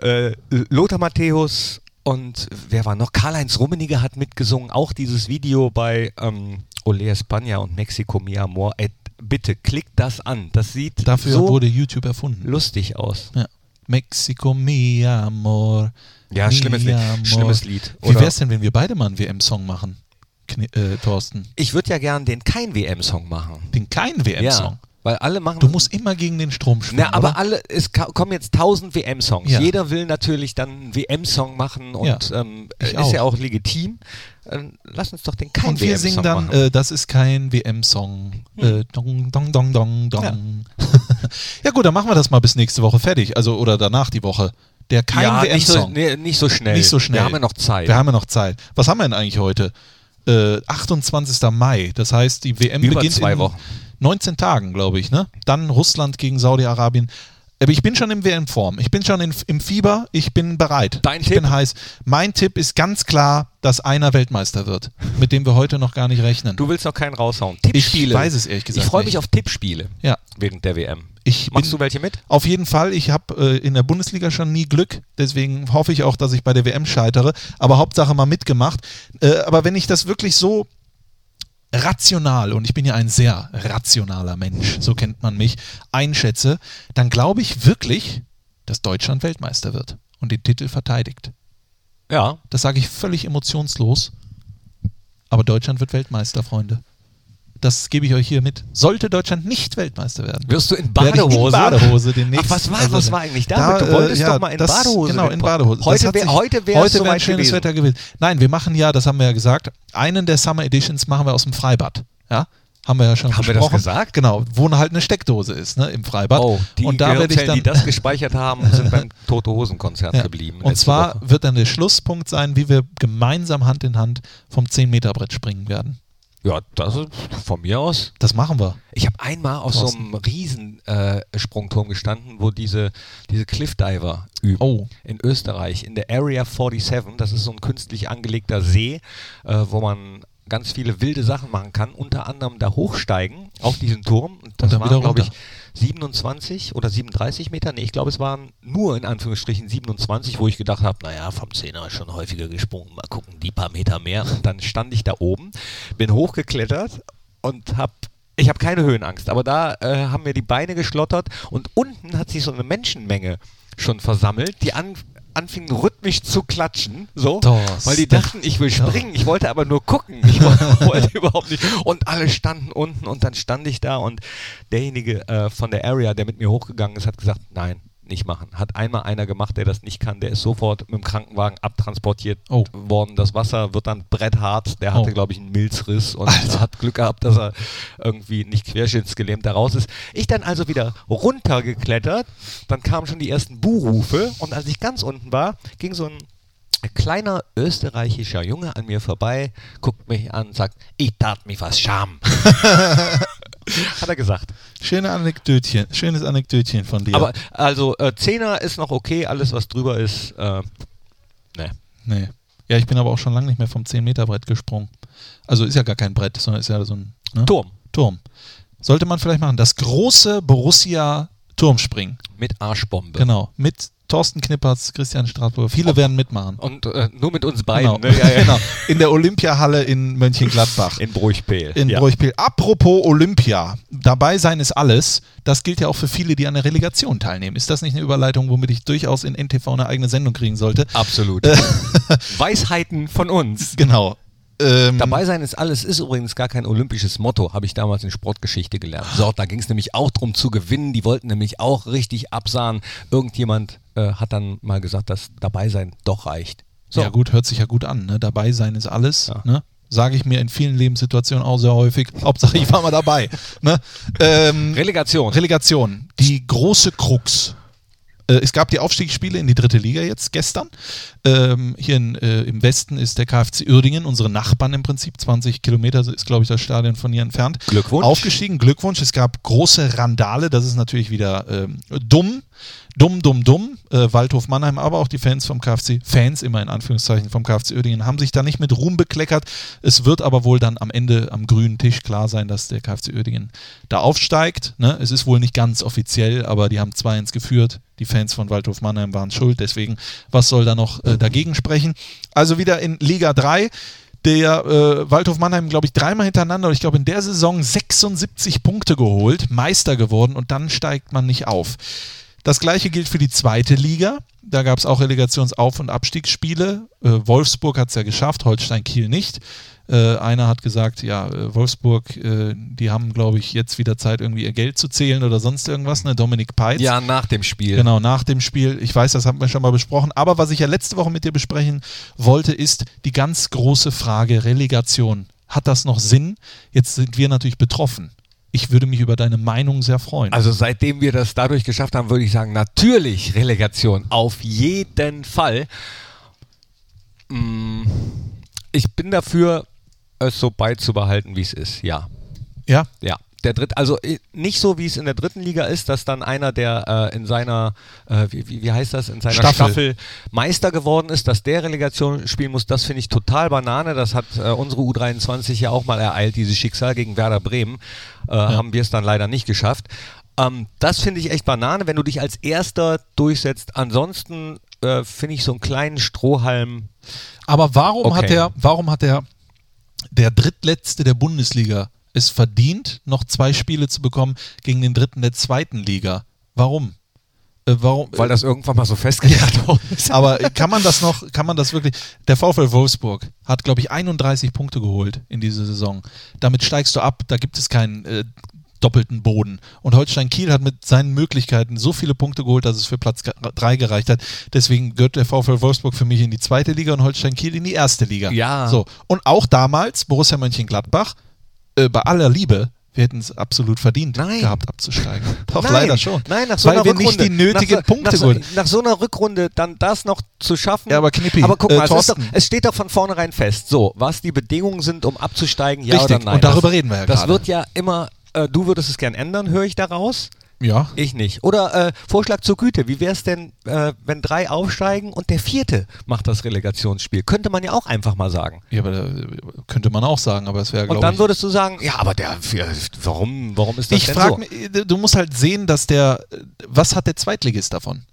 Speaker 2: äh, Lothar Matthäus und wer war noch? Karl-Heinz Rummenigge hat mitgesungen, auch dieses Video bei ähm, Ole España und Mexico Mi Amor. Ey, bitte klickt das an, das sieht
Speaker 1: Dafür
Speaker 2: so
Speaker 1: wurde YouTube erfunden.
Speaker 2: lustig aus.
Speaker 1: Ja. Mexico mi amor.
Speaker 2: Ja,
Speaker 1: mi
Speaker 2: schlimmes Lied,
Speaker 1: amor.
Speaker 2: schlimmes Lied,
Speaker 1: Wie
Speaker 2: oder?
Speaker 1: wär's denn, wenn wir beide mal einen WM-Song machen, Kne äh, Thorsten?
Speaker 2: Ich würde ja gern den Kein-WM-Song machen.
Speaker 1: Den kein WM-Song.
Speaker 2: Ja, weil alle machen
Speaker 1: Du musst immer gegen den Strom schwimmen.
Speaker 2: Na, aber
Speaker 1: oder?
Speaker 2: alle, es ka- kommen jetzt tausend WM-Songs.
Speaker 1: Ja.
Speaker 2: Jeder will natürlich dann einen WM-Song machen und
Speaker 1: Ja.
Speaker 2: ähm,
Speaker 1: Ich
Speaker 2: ist
Speaker 1: auch.
Speaker 2: ja auch legitim. Äh, lass uns doch den kein
Speaker 1: Und wir
Speaker 2: WM-Song
Speaker 1: singen dann,
Speaker 2: machen. Hm.
Speaker 1: äh, das ist kein WM-Song. Äh, dong, dong, dong, dong, dong. (laughs) Ja. gut, dann machen wir das mal bis nächste Woche fertig. Also, oder danach die Woche. Der kein
Speaker 2: ja, nicht so,
Speaker 1: WM-Song.
Speaker 2: nee, nicht so schnell.
Speaker 1: Nicht so schnell.
Speaker 2: Wir haben ja noch Zeit.
Speaker 1: Wir haben ja noch Zeit. Was haben wir denn eigentlich heute? Äh, 28. Mai. Das heißt, die WM
Speaker 2: Über
Speaker 1: beginnt
Speaker 2: zwei
Speaker 1: in
Speaker 2: Wochen.
Speaker 1: 19 Tagen, glaube ich. Ne? Dann Russland gegen Saudi-Arabien. Aber ich bin schon in WM-Form. Ich bin schon in, im Fieber. Ich bin bereit.
Speaker 2: Dein
Speaker 1: ich
Speaker 2: Tipp?
Speaker 1: bin heiß. Mein Tipp ist ganz klar, dass einer Weltmeister wird, mit dem wir heute noch gar nicht rechnen.
Speaker 2: du willst noch keinen raushauen. Tippspiele.
Speaker 1: weiß es ehrlich gesagt
Speaker 2: Ich freue
Speaker 1: nicht.
Speaker 2: mich auf Tippspiele
Speaker 1: ja.
Speaker 2: während der WM.
Speaker 1: Ich
Speaker 2: Machst
Speaker 1: bin-
Speaker 2: du welche mit?
Speaker 1: Auf jeden Fall, ich habe äh, in der Bundesliga schon nie Glück, deswegen hoffe ich auch, dass ich bei der WM scheitere, aber Hauptsache mal mitgemacht. Äh, aber wenn ich das wirklich so rational, und ich bin ja ein sehr rationaler Mensch, so kennt man mich, einschätze, dann glaube ich wirklich, dass Deutschland Weltmeister wird und den Titel verteidigt.
Speaker 2: Ja.
Speaker 1: Das sage ich völlig emotionslos. Aber Deutschland wird Weltmeister, Freunde. Das gebe ich euch hier mit. Sollte Deutschland nicht Weltmeister werden,
Speaker 2: Wirst du in
Speaker 1: werde ich
Speaker 2: Badehose?
Speaker 1: in Badehose demnächst.
Speaker 2: Ach, was war,
Speaker 1: also,
Speaker 2: was war eigentlich damit?
Speaker 1: da,
Speaker 2: du wolltest
Speaker 1: äh, ja,
Speaker 2: doch mal in
Speaker 1: das,
Speaker 2: Badehose.
Speaker 1: Genau, in
Speaker 2: den-
Speaker 1: Badehose. Das
Speaker 2: Heute
Speaker 1: hat
Speaker 2: wäre
Speaker 1: sich-
Speaker 2: heute wär es
Speaker 1: heute wär ein
Speaker 2: soweit
Speaker 1: schönes
Speaker 2: gewesen.
Speaker 1: Wetter gewesen. Nein, wir machen ja, das haben wir ja gesagt, einen der Summer Editions machen wir aus dem Freibad. Ja? Haben wir ja schon
Speaker 2: Haben wir das
Speaker 1: besprochen.
Speaker 2: gesagt?
Speaker 1: Genau, wo halt eine Steckdose ist, ne, im Freibad.
Speaker 2: Oh, die
Speaker 1: Und da werde ich
Speaker 2: Gehirnzellen,
Speaker 1: dann
Speaker 2: die das
Speaker 1: (laughs)
Speaker 2: gespeichert haben, sind beim Tote-Hosen-Konzert
Speaker 1: ja.
Speaker 2: geblieben.
Speaker 1: Und
Speaker 2: letzte
Speaker 1: zwar
Speaker 2: Woche.
Speaker 1: wird dann der Schlusspunkt sein, wie wir gemeinsam Hand in Hand vom 10-Meter-Brett springen werden.
Speaker 2: Ja, das ist von mir aus.
Speaker 1: Das machen wir.
Speaker 2: Ich habe einmal auf so
Speaker 1: Thorsten.
Speaker 2: einem Riesensprungturm äh, Sprungturm gestanden, wo diese, diese Cliffdiver üben.
Speaker 1: Oh.
Speaker 2: In Österreich, in der Area 47. Das ist so ein künstlich angelegter See, äh, wo man ganz viele wilde Sachen machen kann. Unter anderem da hochsteigen auf diesen Turm. Und das
Speaker 1: dann wieder
Speaker 2: waren, glaube ich,
Speaker 1: runter.
Speaker 2: 27 oder 37 Meter. Nee, ich glaube, es waren nur in Anführungsstrichen 27, wo ich gedacht habe, naja, vom Zehner ist schon häufiger gesprungen. Mal gucken, die paar Meter mehr. Und dann stand ich da oben, bin hochgeklettert und habe ich habe keine Höhenangst, aber da äh, haben mir die Beine geschlottert und unten hat sich so eine Menschenmenge schon versammelt, die an, anfingen rhythmisch zu klatschen, so,
Speaker 1: Thorsten.
Speaker 2: weil die dachten, ich will springen, ich wollte aber nur gucken, ich wollte, (laughs) wollte überhaupt nicht. Und alle standen unten und dann stand ich da und derjenige äh, von der Area, der mit mir hochgegangen ist, hat gesagt, nein, nicht machen. Hat einmal einer gemacht, der das nicht kann, der ist sofort mit dem Krankenwagen abtransportiert
Speaker 1: Oh.
Speaker 2: worden. Das Wasser wird dann bretthart, der hatte,
Speaker 1: Oh.
Speaker 2: glaube ich, einen Milzriss und hat Glück gehabt, dass er irgendwie nicht querschnittsgelähmt da raus ist. Ich dann also wieder runtergeklettert, dann kamen schon die ersten Buhrufe und als ich ganz unten war, ging so ein kleiner österreichischer Junge an mir vorbei, guckt mich an und sagt, ich tat mich was Scham. Hat er gesagt.
Speaker 1: Schöne Anekdötchen, schönes Anekdötchen von dir.
Speaker 2: Aber also äh, Zehner ist noch okay, alles was drüber ist, äh, ne.
Speaker 1: nee. Ja, ich bin aber auch schon lange nicht mehr vom 10-Meter-Brett gesprungen. Also ist ja gar kein Brett, sondern ist ja so ein ne?
Speaker 2: Turm
Speaker 1: Turm. Sollte man vielleicht machen. Das große Borussia Turmspringen.
Speaker 2: mit Arschbombe.
Speaker 1: Genau. Mit Thorsten Knippertz, Christian Straßburger. Viele werden mitmachen.
Speaker 2: Und äh, nur mit uns
Speaker 1: Genau.
Speaker 2: beiden, Oh. ne? ja, ja.
Speaker 1: (laughs) genau. In der Olympiahalle in Mönchengladbach.
Speaker 2: In Bruchpeel.
Speaker 1: in
Speaker 2: ja.
Speaker 1: Bruchpil. Apropos Olympia, dabei sein ist alles. Das gilt ja auch für viele, die an der Relegation teilnehmen. Ist das nicht eine Überleitung, womit ich durchaus in NTV eine eigene Sendung kriegen sollte? (laughs)
Speaker 2: Absolut. Weisheiten von uns.
Speaker 1: Genau. Ähm,
Speaker 2: Dabei sein ist alles, ist übrigens gar kein olympisches Motto, habe ich damals in Sportgeschichte gelernt. So, da ging es nämlich auch drum zu gewinnen. Die wollten nämlich auch richtig absahen. Irgendjemand äh, hat dann mal gesagt, dass dabei sein doch reicht. So,
Speaker 1: Ja gut, hört sich ja gut an. Ne? Dabei sein ist alles.
Speaker 2: Ja.
Speaker 1: Ne? Sage ich mir in vielen Lebenssituationen auch sehr häufig. Hauptsache, ich war mal dabei. Ne?
Speaker 2: (laughs)
Speaker 1: Ähm,
Speaker 2: Relegation.
Speaker 1: Relegation, die große Krux. Äh, Es gab die Aufstiegsspiele in die dritte Liga jetzt gestern. Ähm, hier in, äh, im Westen ist der KFC Uerdingen, unsere Nachbarn im Prinzip, 20 Kilometer ist, glaube ich, das Stadion von hier entfernt.
Speaker 2: Glückwunsch.
Speaker 1: Aufgestiegen, Glückwunsch. Es gab große Randale, das ist natürlich wieder ähm, dumm. Dumm, dumm, dumm. Äh, Waldhof Mannheim, aber auch die Fans vom KFC, Fans immer in Anführungszeichen vom KFC Uerdingen, haben sich da nicht mit Ruhm bekleckert. Es wird aber wohl dann am Ende am grünen Tisch klar sein, dass der KFC Uerdingen da aufsteigt. Ne? Es ist wohl nicht ganz offiziell, aber die haben 2-1 geführt. Die Fans von Waldhof Mannheim waren schuld. Deswegen, was soll da noch äh, dagegen sprechen? Also wieder in Liga 3 der äh, Waldhof Mannheim, glaube ich, dreimal hintereinander, und ich glaube in der Saison 76 Punkte geholt, Meister geworden und dann steigt man nicht auf. Das gleiche gilt für die zweite Liga. Da gab es auch Relegationsauf- und Abstiegsspiele. Äh, Wolfsburg hat es ja geschafft, Holstein Kiel nicht. Äh, einer hat gesagt, ja, äh, Wolfsburg, äh, die haben, glaube ich, jetzt wieder Zeit, irgendwie ihr Geld zu zählen oder sonst irgendwas, ne? Dominik Peitz.
Speaker 2: Ja, nach dem Spiel.
Speaker 1: Genau, nach dem Spiel. Ich weiß, das haben wir schon mal besprochen. Aber was ich ja letzte Woche mit dir besprechen wollte, ist die ganz große Frage Relegation. Hat das noch Sinn? Jetzt sind wir natürlich betroffen. Ich würde mich über deine Meinung sehr freuen.
Speaker 2: Also seitdem wir das dadurch geschafft haben, würde ich sagen, natürlich Relegation. Auf jeden Fall. Mm, Ich bin dafür, es so beizubehalten, wie es ist. Ja,
Speaker 1: ja,
Speaker 2: ja. Der dritte, also eh, nicht so, wie es in der dritten Liga ist, dass dann einer, der äh, in seiner, äh, wie, wie- wie heißt das, in seiner
Speaker 1: Staffel.
Speaker 2: Staffel. Meister geworden ist, dass der Relegation spielen muss, das finde ich total Banane. Das hat äh, unsere U23 ja auch mal ereilt, dieses Schicksal gegen Werder Bremen. Äh, Haben wir es dann leider nicht geschafft. Ähm, das finde ich echt Banane, wenn du dich als Erster durchsetzt. Ansonsten äh, finde ich so einen kleinen Strohhalm.
Speaker 1: Aber warum
Speaker 2: Okay.
Speaker 1: hat der, warum hat der, der drittletzte der Bundesliga es verdient, noch zwei Spiele zu bekommen gegen den dritten der zweiten Liga? Warum? Äh, warum?
Speaker 2: Weil das irgendwann mal so (laughs) festgelegt worden
Speaker 1: (laughs)
Speaker 2: ist.
Speaker 1: aber kann man das noch, kann man das wirklich? Der VfL Wolfsburg hat, glaube ich, 31 Punkte geholt in dieser Saison. Damit steigst du ab, da gibt es keinen äh, doppelten Boden. Und Holstein Kiel hat mit seinen Möglichkeiten so viele Punkte geholt, dass es für Platz 3 gereicht hat. Deswegen gehört der VfL Wolfsburg für mich in die zweite Liga und Holstein Kiel in die erste Liga.
Speaker 2: Ja.
Speaker 1: So. Und auch damals, Borussia Mönchengladbach, äh, bei aller Liebe, wir hätten es absolut verdient
Speaker 2: Nein.
Speaker 1: gehabt,
Speaker 2: (laughs)
Speaker 1: abzusteigen. Doch,
Speaker 2: Nein.
Speaker 1: leider schon.
Speaker 2: Nein, nach so
Speaker 1: Weil
Speaker 2: einer
Speaker 1: wir
Speaker 2: Rückrunde.
Speaker 1: nicht die nötigen
Speaker 2: nach so,
Speaker 1: Punkte
Speaker 2: nach so,
Speaker 1: holen.
Speaker 2: nach so einer Rückrunde dann das noch zu schaffen.
Speaker 1: Ja, aber Knippi,
Speaker 2: Aber guck
Speaker 1: äh,
Speaker 2: mal, es, ist doch,
Speaker 1: Thorsten.
Speaker 2: es steht doch von vornherein fest, so, was die Bedingungen sind, um abzusteigen, ja
Speaker 1: Richtig,
Speaker 2: oder nein.
Speaker 1: und darüber reden wir ja
Speaker 2: Das
Speaker 1: gerade.
Speaker 2: wird ja immer, äh, du würdest es gern ändern, höre ich daraus.
Speaker 1: Ja.
Speaker 2: Ich nicht. Oder äh, Vorschlag zur Güte. Wie wäre es denn, äh, wenn drei aufsteigen und der vierte macht das Relegationsspiel? Könnte man ja auch einfach mal sagen.
Speaker 1: ja, aber da könnte man auch sagen, aber es wäre,
Speaker 2: Und
Speaker 1: glaube
Speaker 2: dann
Speaker 1: ich,
Speaker 2: würdest du sagen, ja, aber der, warum, warum ist das
Speaker 1: Ich
Speaker 2: denn
Speaker 1: frage
Speaker 2: so?
Speaker 1: mich, du musst halt sehen, dass der, was hat der Zweitligist davon?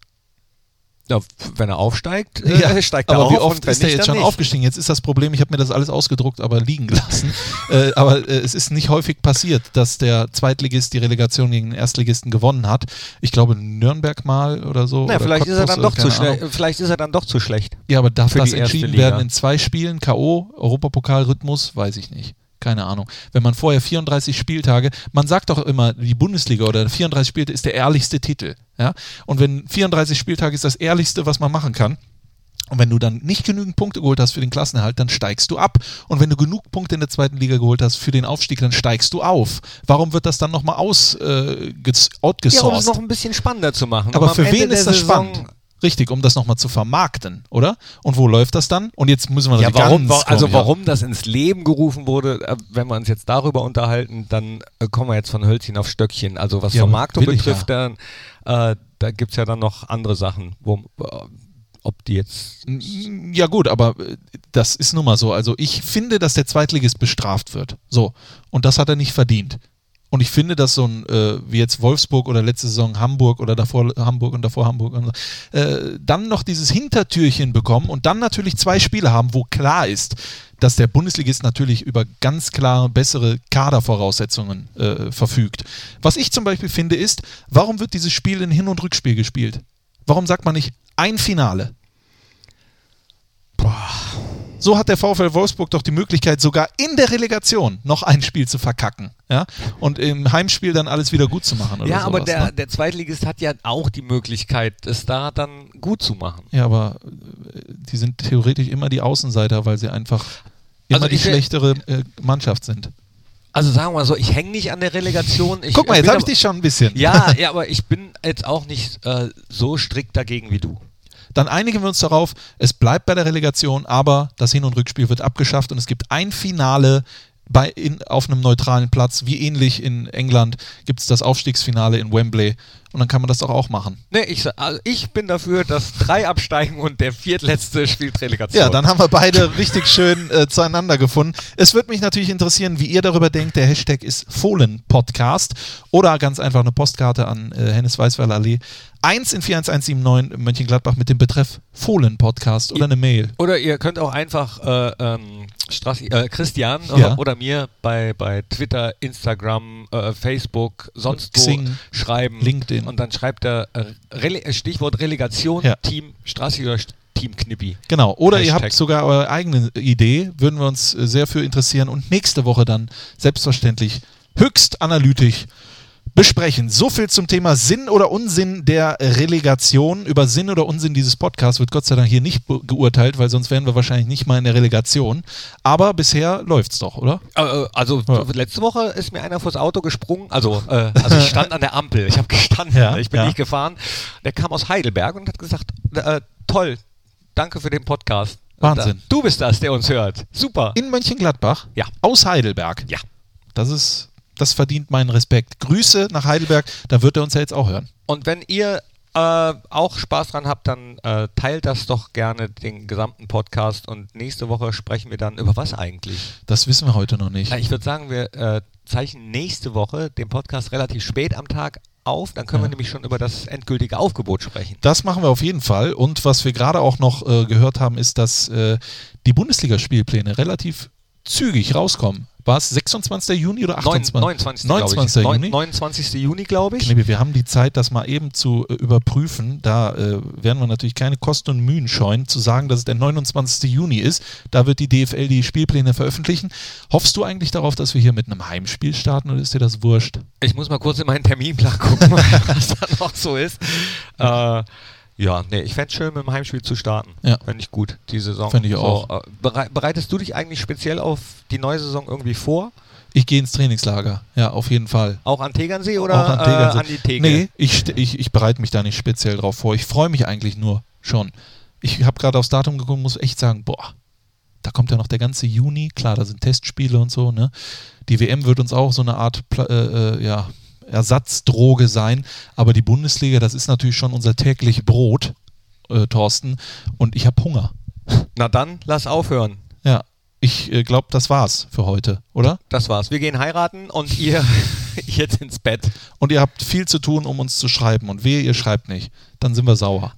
Speaker 2: Ja, wenn er aufsteigt, äh, steigt er
Speaker 1: aber
Speaker 2: auf.
Speaker 1: wie
Speaker 2: und
Speaker 1: oft
Speaker 2: wenn
Speaker 1: ist der
Speaker 2: nicht,
Speaker 1: jetzt schon
Speaker 2: dann nicht.
Speaker 1: aufgestiegen? Jetzt ist das Problem, ich habe mir das alles ausgedruckt, aber liegen gelassen. (laughs) äh, aber äh, es ist nicht häufig passiert, dass der Zweitligist die Relegation gegen den Erstligisten gewonnen hat. Ich glaube Nürnberg mal oder so.
Speaker 2: Na,
Speaker 1: oder
Speaker 2: vielleicht ist er
Speaker 1: Cottbus
Speaker 2: dann
Speaker 1: oder
Speaker 2: doch zu
Speaker 1: keine Ahnung.
Speaker 2: schnell. Vielleicht ist er dann doch zu schlecht.
Speaker 1: Ja, aber darf
Speaker 2: für
Speaker 1: das
Speaker 2: die erste
Speaker 1: entschieden
Speaker 2: Liga.
Speaker 1: werden in zwei Spielen? K.O., Europapokalrhythmus, weiß ich nicht. Keine Ahnung. Wenn man vorher 34 Spieltage, man sagt doch immer, die Bundesliga oder 34 Spieltage ist der ehrlichste Titel. Ja? Und wenn 34 Spieltage ist das ehrlichste, was man machen kann. Und wenn du dann nicht genügend Punkte geholt hast für den Klassenerhalt, dann steigst du ab. Und wenn du genug Punkte in der zweiten Liga geholt hast für den Aufstieg, dann steigst du auf. Warum wird das dann nochmal aus, äh, ges-
Speaker 2: Ja, um
Speaker 1: outgesourced?
Speaker 2: es noch ein bisschen spannender zu machen. Um
Speaker 1: Aber
Speaker 2: am
Speaker 1: für
Speaker 2: Ende
Speaker 1: wen
Speaker 2: der
Speaker 1: ist das
Speaker 2: Saison-
Speaker 1: spannend? Richtig, um das nochmal zu vermarkten, oder? Und wo läuft das dann? Und jetzt müssen wir
Speaker 2: Ja,
Speaker 1: natürlich
Speaker 2: warum,
Speaker 1: ganz
Speaker 2: wa- also
Speaker 1: komisch-
Speaker 2: warum das ins Leben gerufen wurde, äh, wenn wir uns jetzt darüber unterhalten, dann äh, kommen wir jetzt von Hölzchen auf Stöckchen. Also was
Speaker 1: Ja,
Speaker 2: Vermarktung
Speaker 1: will ich
Speaker 2: betrifft, dann, äh, da gibt es ja dann noch andere Sachen, wo, äh, ob die jetzt...
Speaker 1: Ja gut, aber äh, das ist nun mal so. Also ich finde, dass der Zweitligist bestraft wird. So. Und das hat er nicht verdient. Und ich finde, dass so ein, äh, wie jetzt Wolfsburg oder letzte Saison Hamburg oder davor Hamburg und davor Hamburg, und so, äh, dann noch dieses Hintertürchen bekommen und dann natürlich zwei Spiele haben, wo klar ist, dass der Bundesligist natürlich über ganz klare, bessere Kadervoraussetzungen äh, verfügt. Was ich zum Beispiel finde ist, warum wird dieses Spiel in Hin- und Rückspiel gespielt? Warum sagt man nicht ein Finale? So hat der VfL Wolfsburg doch die Möglichkeit, sogar in der Relegation noch ein Spiel zu verkacken. Ja? Und im Heimspiel dann alles wieder gut zu machen. Oder
Speaker 2: Ja, aber
Speaker 1: sowas,
Speaker 2: der,
Speaker 1: Ne?
Speaker 2: der Zweitligist hat ja auch die Möglichkeit, es da dann gut zu machen.
Speaker 1: Ja, aber äh, die sind theoretisch immer die Außenseiter, weil sie einfach immer
Speaker 2: Also
Speaker 1: die
Speaker 2: ich wär-
Speaker 1: schlechtere äh, Mannschaft sind.
Speaker 2: Also sagen wir mal so, ich hänge nicht an der Relegation. Ich,
Speaker 1: Guck mal, jetzt
Speaker 2: bin
Speaker 1: habe ich
Speaker 2: aber-
Speaker 1: dich schon ein bisschen.
Speaker 2: Ja, ja, aber ich bin jetzt auch nicht äh, so strikt dagegen wie du.
Speaker 1: (laughs) Dann einigen wir uns darauf, es bleibt bei der Relegation, aber das Hin- und Rückspiel wird abgeschafft und es gibt ein Finale bei, in, auf einem neutralen Platz. Wie ähnlich in England gibt es das Aufstiegsfinale in Wembley und dann kann man das doch auch machen.
Speaker 2: Nee, ich, sa- also ich bin dafür, dass drei absteigen und der viertletzte spielt Relegation.
Speaker 1: Ja, dann haben wir beide richtig schön äh, zueinander gefunden. Es würde mich natürlich interessieren, wie ihr darüber denkt. Der Hashtag ist Fohlen-Podcast oder ganz einfach eine Postkarte an äh, Hennes Weißweiler Allee 1 in 41179 Mönchengladbach mit dem Betreff Fohlen-Podcast oder eine Mail.
Speaker 2: Oder ihr könnt auch einfach äh, ähm, Strassi, äh, Christian
Speaker 1: Ja.
Speaker 2: oder, oder mir bei, bei Twitter, Instagram, äh, Facebook, sonst wo
Speaker 1: Xing,
Speaker 2: schreiben.
Speaker 1: LinkedIn.
Speaker 2: Und dann schreibt er äh, Rele Stichwort Relegation,
Speaker 1: Ja.
Speaker 2: Team Strassi oder St- Team Knippi.
Speaker 1: Genau. Oder ihr
Speaker 2: Hashtag.
Speaker 1: habt sogar eure eigene Idee, würden wir uns äh, sehr für interessieren und nächste Woche dann selbstverständlich höchst analytisch besprechen. So viel zum Thema Sinn oder Unsinn der Relegation. Über Sinn oder Unsinn dieses Podcasts wird Gott sei Dank hier nicht be- geurteilt, weil sonst wären wir wahrscheinlich nicht mal in der Relegation. Aber bisher läuft's doch, oder?
Speaker 2: Äh, Also
Speaker 1: Ja.
Speaker 2: letzte Woche ist mir einer vors Auto gesprungen. Also, äh, also ich stand an der Ampel. Ich habe gestanden.
Speaker 1: Ja,
Speaker 2: ich bin
Speaker 1: ja.
Speaker 2: nicht gefahren. Der kam aus Heidelberg und hat gesagt: äh, Toll, danke für den Podcast. äh,
Speaker 1: Wahnsinn.
Speaker 2: Du bist das, der uns hört. Super.
Speaker 1: In Mönchengladbach?
Speaker 2: Ja.
Speaker 1: Aus Heidelberg.
Speaker 2: Ja.
Speaker 1: Das ist, das verdient meinen Respekt. Grüße nach Heidelberg, da wird er uns ja jetzt auch hören.
Speaker 2: Und wenn ihr äh, auch Spaß dran habt, dann äh, teilt das doch gerne den gesamten Podcast. Und nächste Woche sprechen wir dann über was eigentlich?
Speaker 1: Das wissen wir heute noch nicht.
Speaker 2: Äh, Ich würde sagen, wir äh, zeichnen nächste Woche den Podcast relativ spät am Tag auf. Dann können wir nämlich schon über das endgültige Aufgebot sprechen.
Speaker 1: Das machen wir auf jeden Fall. Und was wir gerade auch noch äh, gehört haben, ist, dass äh, die Bundesligaspielpläne relativ zügig rauskommen. War es 26. Juni oder 28?
Speaker 2: 29.
Speaker 1: 29.
Speaker 2: glaub ich.
Speaker 1: Juni.
Speaker 2: Neun- 29. Juni, glaube ich.
Speaker 1: Knebel, wir haben die Zeit, das mal eben zu äh, überprüfen. Da äh, werden wir natürlich keine Kosten und Mühen scheuen, zu sagen, dass es der 29. Juni ist. Da wird die DFL die Spielpläne veröffentlichen. Hoffst du eigentlich darauf, dass wir hier mit einem Heimspiel starten oder ist dir das wurscht?
Speaker 2: (laughs) Ich muss mal kurz in meinen Terminplan gucken, was da noch so ist. Äh, Ja, nee, ich fände es schön, mit dem Heimspiel zu starten.
Speaker 1: Ja.
Speaker 2: Fände ich gut, die Saison.
Speaker 1: Fänd ich auch.
Speaker 2: So, äh, berei bereitest du dich eigentlich speziell auf die neue Saison irgendwie vor?
Speaker 1: Ich gehe ins Trainingslager, ja, auf jeden Fall.
Speaker 2: Auch an Tegernsee oder
Speaker 1: auch an, Tegernsee.
Speaker 2: Äh, an die Tegel?
Speaker 1: Nee, ich, ste- ich, ich bereite mich da nicht speziell drauf vor. Ich freue mich eigentlich nur schon. Ich habe gerade aufs Datum geguckt und muss echt sagen, boah, da kommt ja noch der ganze Juni. Klar, da sind Testspiele und so. Ne? Die WM wird uns auch so eine Art Pla äh, äh, ja, Ersatzdroge sein. Aber die Bundesliga, das ist natürlich schon unser täglich Brot, äh, Thorsten. Und ich habe Hunger.
Speaker 2: Na dann, lass aufhören.
Speaker 1: Ja, ich äh, glaube, das war's für heute, oder?
Speaker 2: Das war's. Wir gehen heiraten und ihr (laughs) jetzt ins Bett.
Speaker 1: Und ihr habt viel zu tun, um uns zu schreiben. Und wehe, ihr schreibt nicht. Dann sind wir sauer.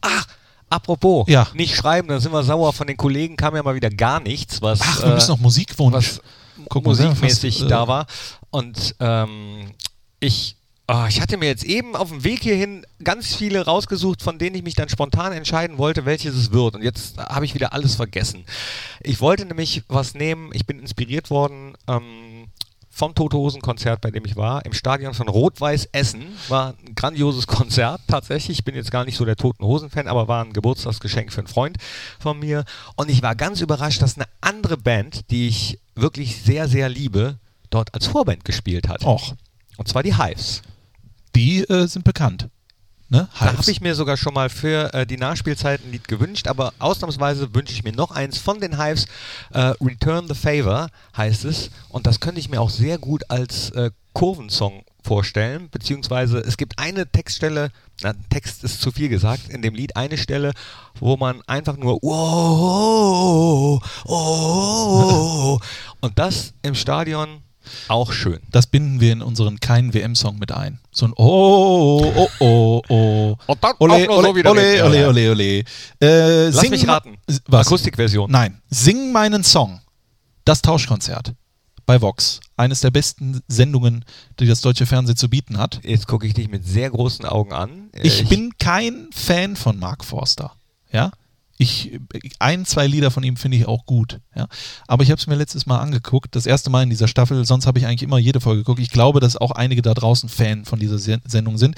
Speaker 2: Apropos,
Speaker 1: Ja.
Speaker 2: nicht schreiben, dann sind wir sauer. Von den Kollegen kam ja mal wieder gar nichts, was,
Speaker 1: Ach, wir müssen
Speaker 2: äh,
Speaker 1: noch Musikwunsch.
Speaker 2: was
Speaker 1: Guck mal, sehr
Speaker 2: musikmäßig
Speaker 1: fast, äh,
Speaker 2: da war. Und ähm, ich, ah, ich hatte mir jetzt eben auf dem Weg hierhin ganz viele rausgesucht, von denen ich mich dann spontan entscheiden wollte, welches es wird. Und jetzt habe ich wieder alles vergessen. Ich wollte nämlich was nehmen, ich bin inspiriert worden. Ähm, vom Tote Hosen Konzert, bei dem ich war, im Stadion von Rot-Weiß Essen. War ein grandioses Konzert tatsächlich. Ich bin jetzt gar nicht so der Toten Hosen Fan, aber war ein Geburtstagsgeschenk für einen Freund von mir. Und ich war ganz überrascht, dass eine andere Band, die ich wirklich sehr, sehr liebe, dort als Vorband gespielt hat.
Speaker 1: Och,
Speaker 2: Und zwar die Hives.
Speaker 1: die äh, sind bekannt. Ne?
Speaker 2: Da habe ich mir sogar schon mal für äh, die Nachspielzeit ein Lied gewünscht, aber ausnahmsweise wünsche ich mir noch eins von den Hives. Äh, Return the Favor heißt es. Und das könnte ich mir auch sehr gut als äh, Kurvensong vorstellen. Beziehungsweise es gibt eine Textstelle, na, Text ist zu viel gesagt, in dem Lied eine Stelle, wo man einfach nur wow, oh,
Speaker 1: (laughs)
Speaker 2: und das im Stadion auch schön.
Speaker 1: das binden wir in unseren keinen WM-Song mit ein. So ein Oh, oh, oh, oh.
Speaker 2: Und dann
Speaker 1: Ole,
Speaker 2: auch nur so
Speaker 1: ole,
Speaker 2: wieder
Speaker 1: ole,
Speaker 2: reden.
Speaker 1: ole, ole, ole. Äh,
Speaker 2: Lass
Speaker 1: sing
Speaker 2: mich
Speaker 1: ma-
Speaker 2: raten.
Speaker 1: S- Was?
Speaker 2: Akustikversion.
Speaker 1: Nein. Sing meinen Song. Das Tauschkonzert. Bei Vox. Eines der besten Sendungen, die das deutsche Fernsehen zu bieten hat.
Speaker 2: Jetzt gucke ich dich mit sehr großen Augen an. Äh,
Speaker 1: Ich bin kein Fan von Mark Forster. Ja. Ich, ein, zwei Lieder von ihm finde ich auch gut. Ja? Aber ich habe es mir letztes Mal angeguckt, das erste Mal in dieser Staffel, sonst habe ich eigentlich immer jede Folge geguckt. Ich glaube, dass auch einige da draußen Fan von dieser Se Sendung sind.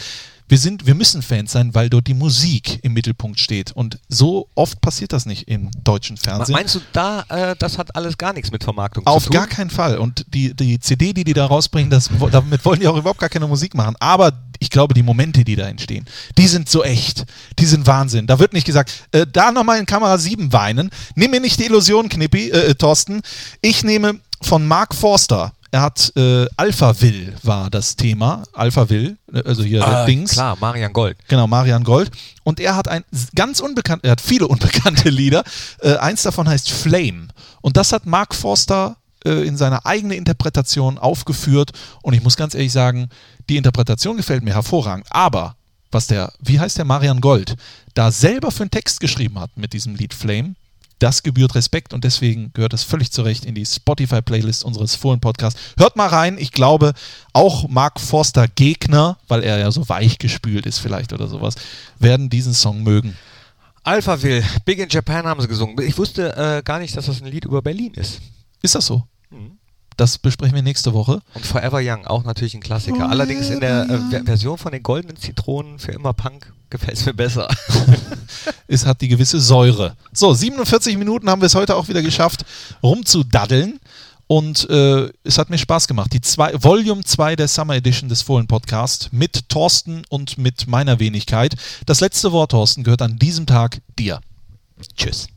Speaker 1: Wir, sind. wir müssen Fans sein, weil dort die Musik im Mittelpunkt steht. Und so oft passiert das nicht im deutschen Fernsehen.
Speaker 2: Meinst du, da, äh, das hat alles gar nichts mit Vermarktung
Speaker 1: Auf
Speaker 2: zu tun?
Speaker 1: gar keinen Fall. Und die, die CD, die die da rausbringen, das, wo- damit wollen die auch überhaupt gar keine Musik machen. Aber ich glaube, die Momente, die da entstehen, die sind so echt. Die sind Wahnsinn. Da wird nicht gesagt, äh, da nochmal in Kamera 7 weinen. Nimm mir nicht die Illusion, Knippi, äh, äh, Thorsten. Ich nehme von Mark Forster. Er hat äh, Alpha Will war das Thema. Alpha Will, äh, also hier der
Speaker 2: Äh,
Speaker 1: Dings.
Speaker 2: Klar, Marian Gold.
Speaker 1: Genau, Marian Gold. Und er hat ein s- ganz unbekannt, er hat viele (laughs) unbekannte Lieder. Äh, eins davon heißt Flame. Und das hat Mark Forster äh, in seiner eigenen Interpretation aufgeführt. Und ich muss ganz ehrlich sagen, die Interpretation gefällt mir hervorragend. Aber was der, wie heißt der Marian Gold, da selber für einen Text geschrieben hat mit diesem Lied Flame, das gebührt Respekt und deswegen gehört das völlig zu Recht in die Spotify-Playlist unseres Fohlen Podcasts. Hört mal rein, ich glaube, auch Mark Forster Gegner, weil er ja so weich gespült ist vielleicht oder sowas, werden diesen Song mögen.
Speaker 2: Alpha Will, Big in Japan haben sie gesungen. Ich wusste äh, gar nicht, dass das ein Lied über Berlin ist.
Speaker 1: Ist das so? Das besprechen wir nächste Woche.
Speaker 2: Und Forever Young, auch natürlich ein Klassiker. Allerdings in der äh, Ver- Version von den goldenen Zitronen für immer Punk gefällt es mir besser. (laughs)
Speaker 1: Es hat die gewisse Säure. So, 47 Minuten haben wir es heute auch wieder geschafft, rumzudaddeln. Und äh, es hat mir Spaß gemacht. Die zwei, Volume 2 der Summer Edition des Fohlen Podcast mit Thorsten und mit meiner Wenigkeit. Das letzte Wort, Thorsten, gehört an diesem Tag dir.
Speaker 2: Tschüss.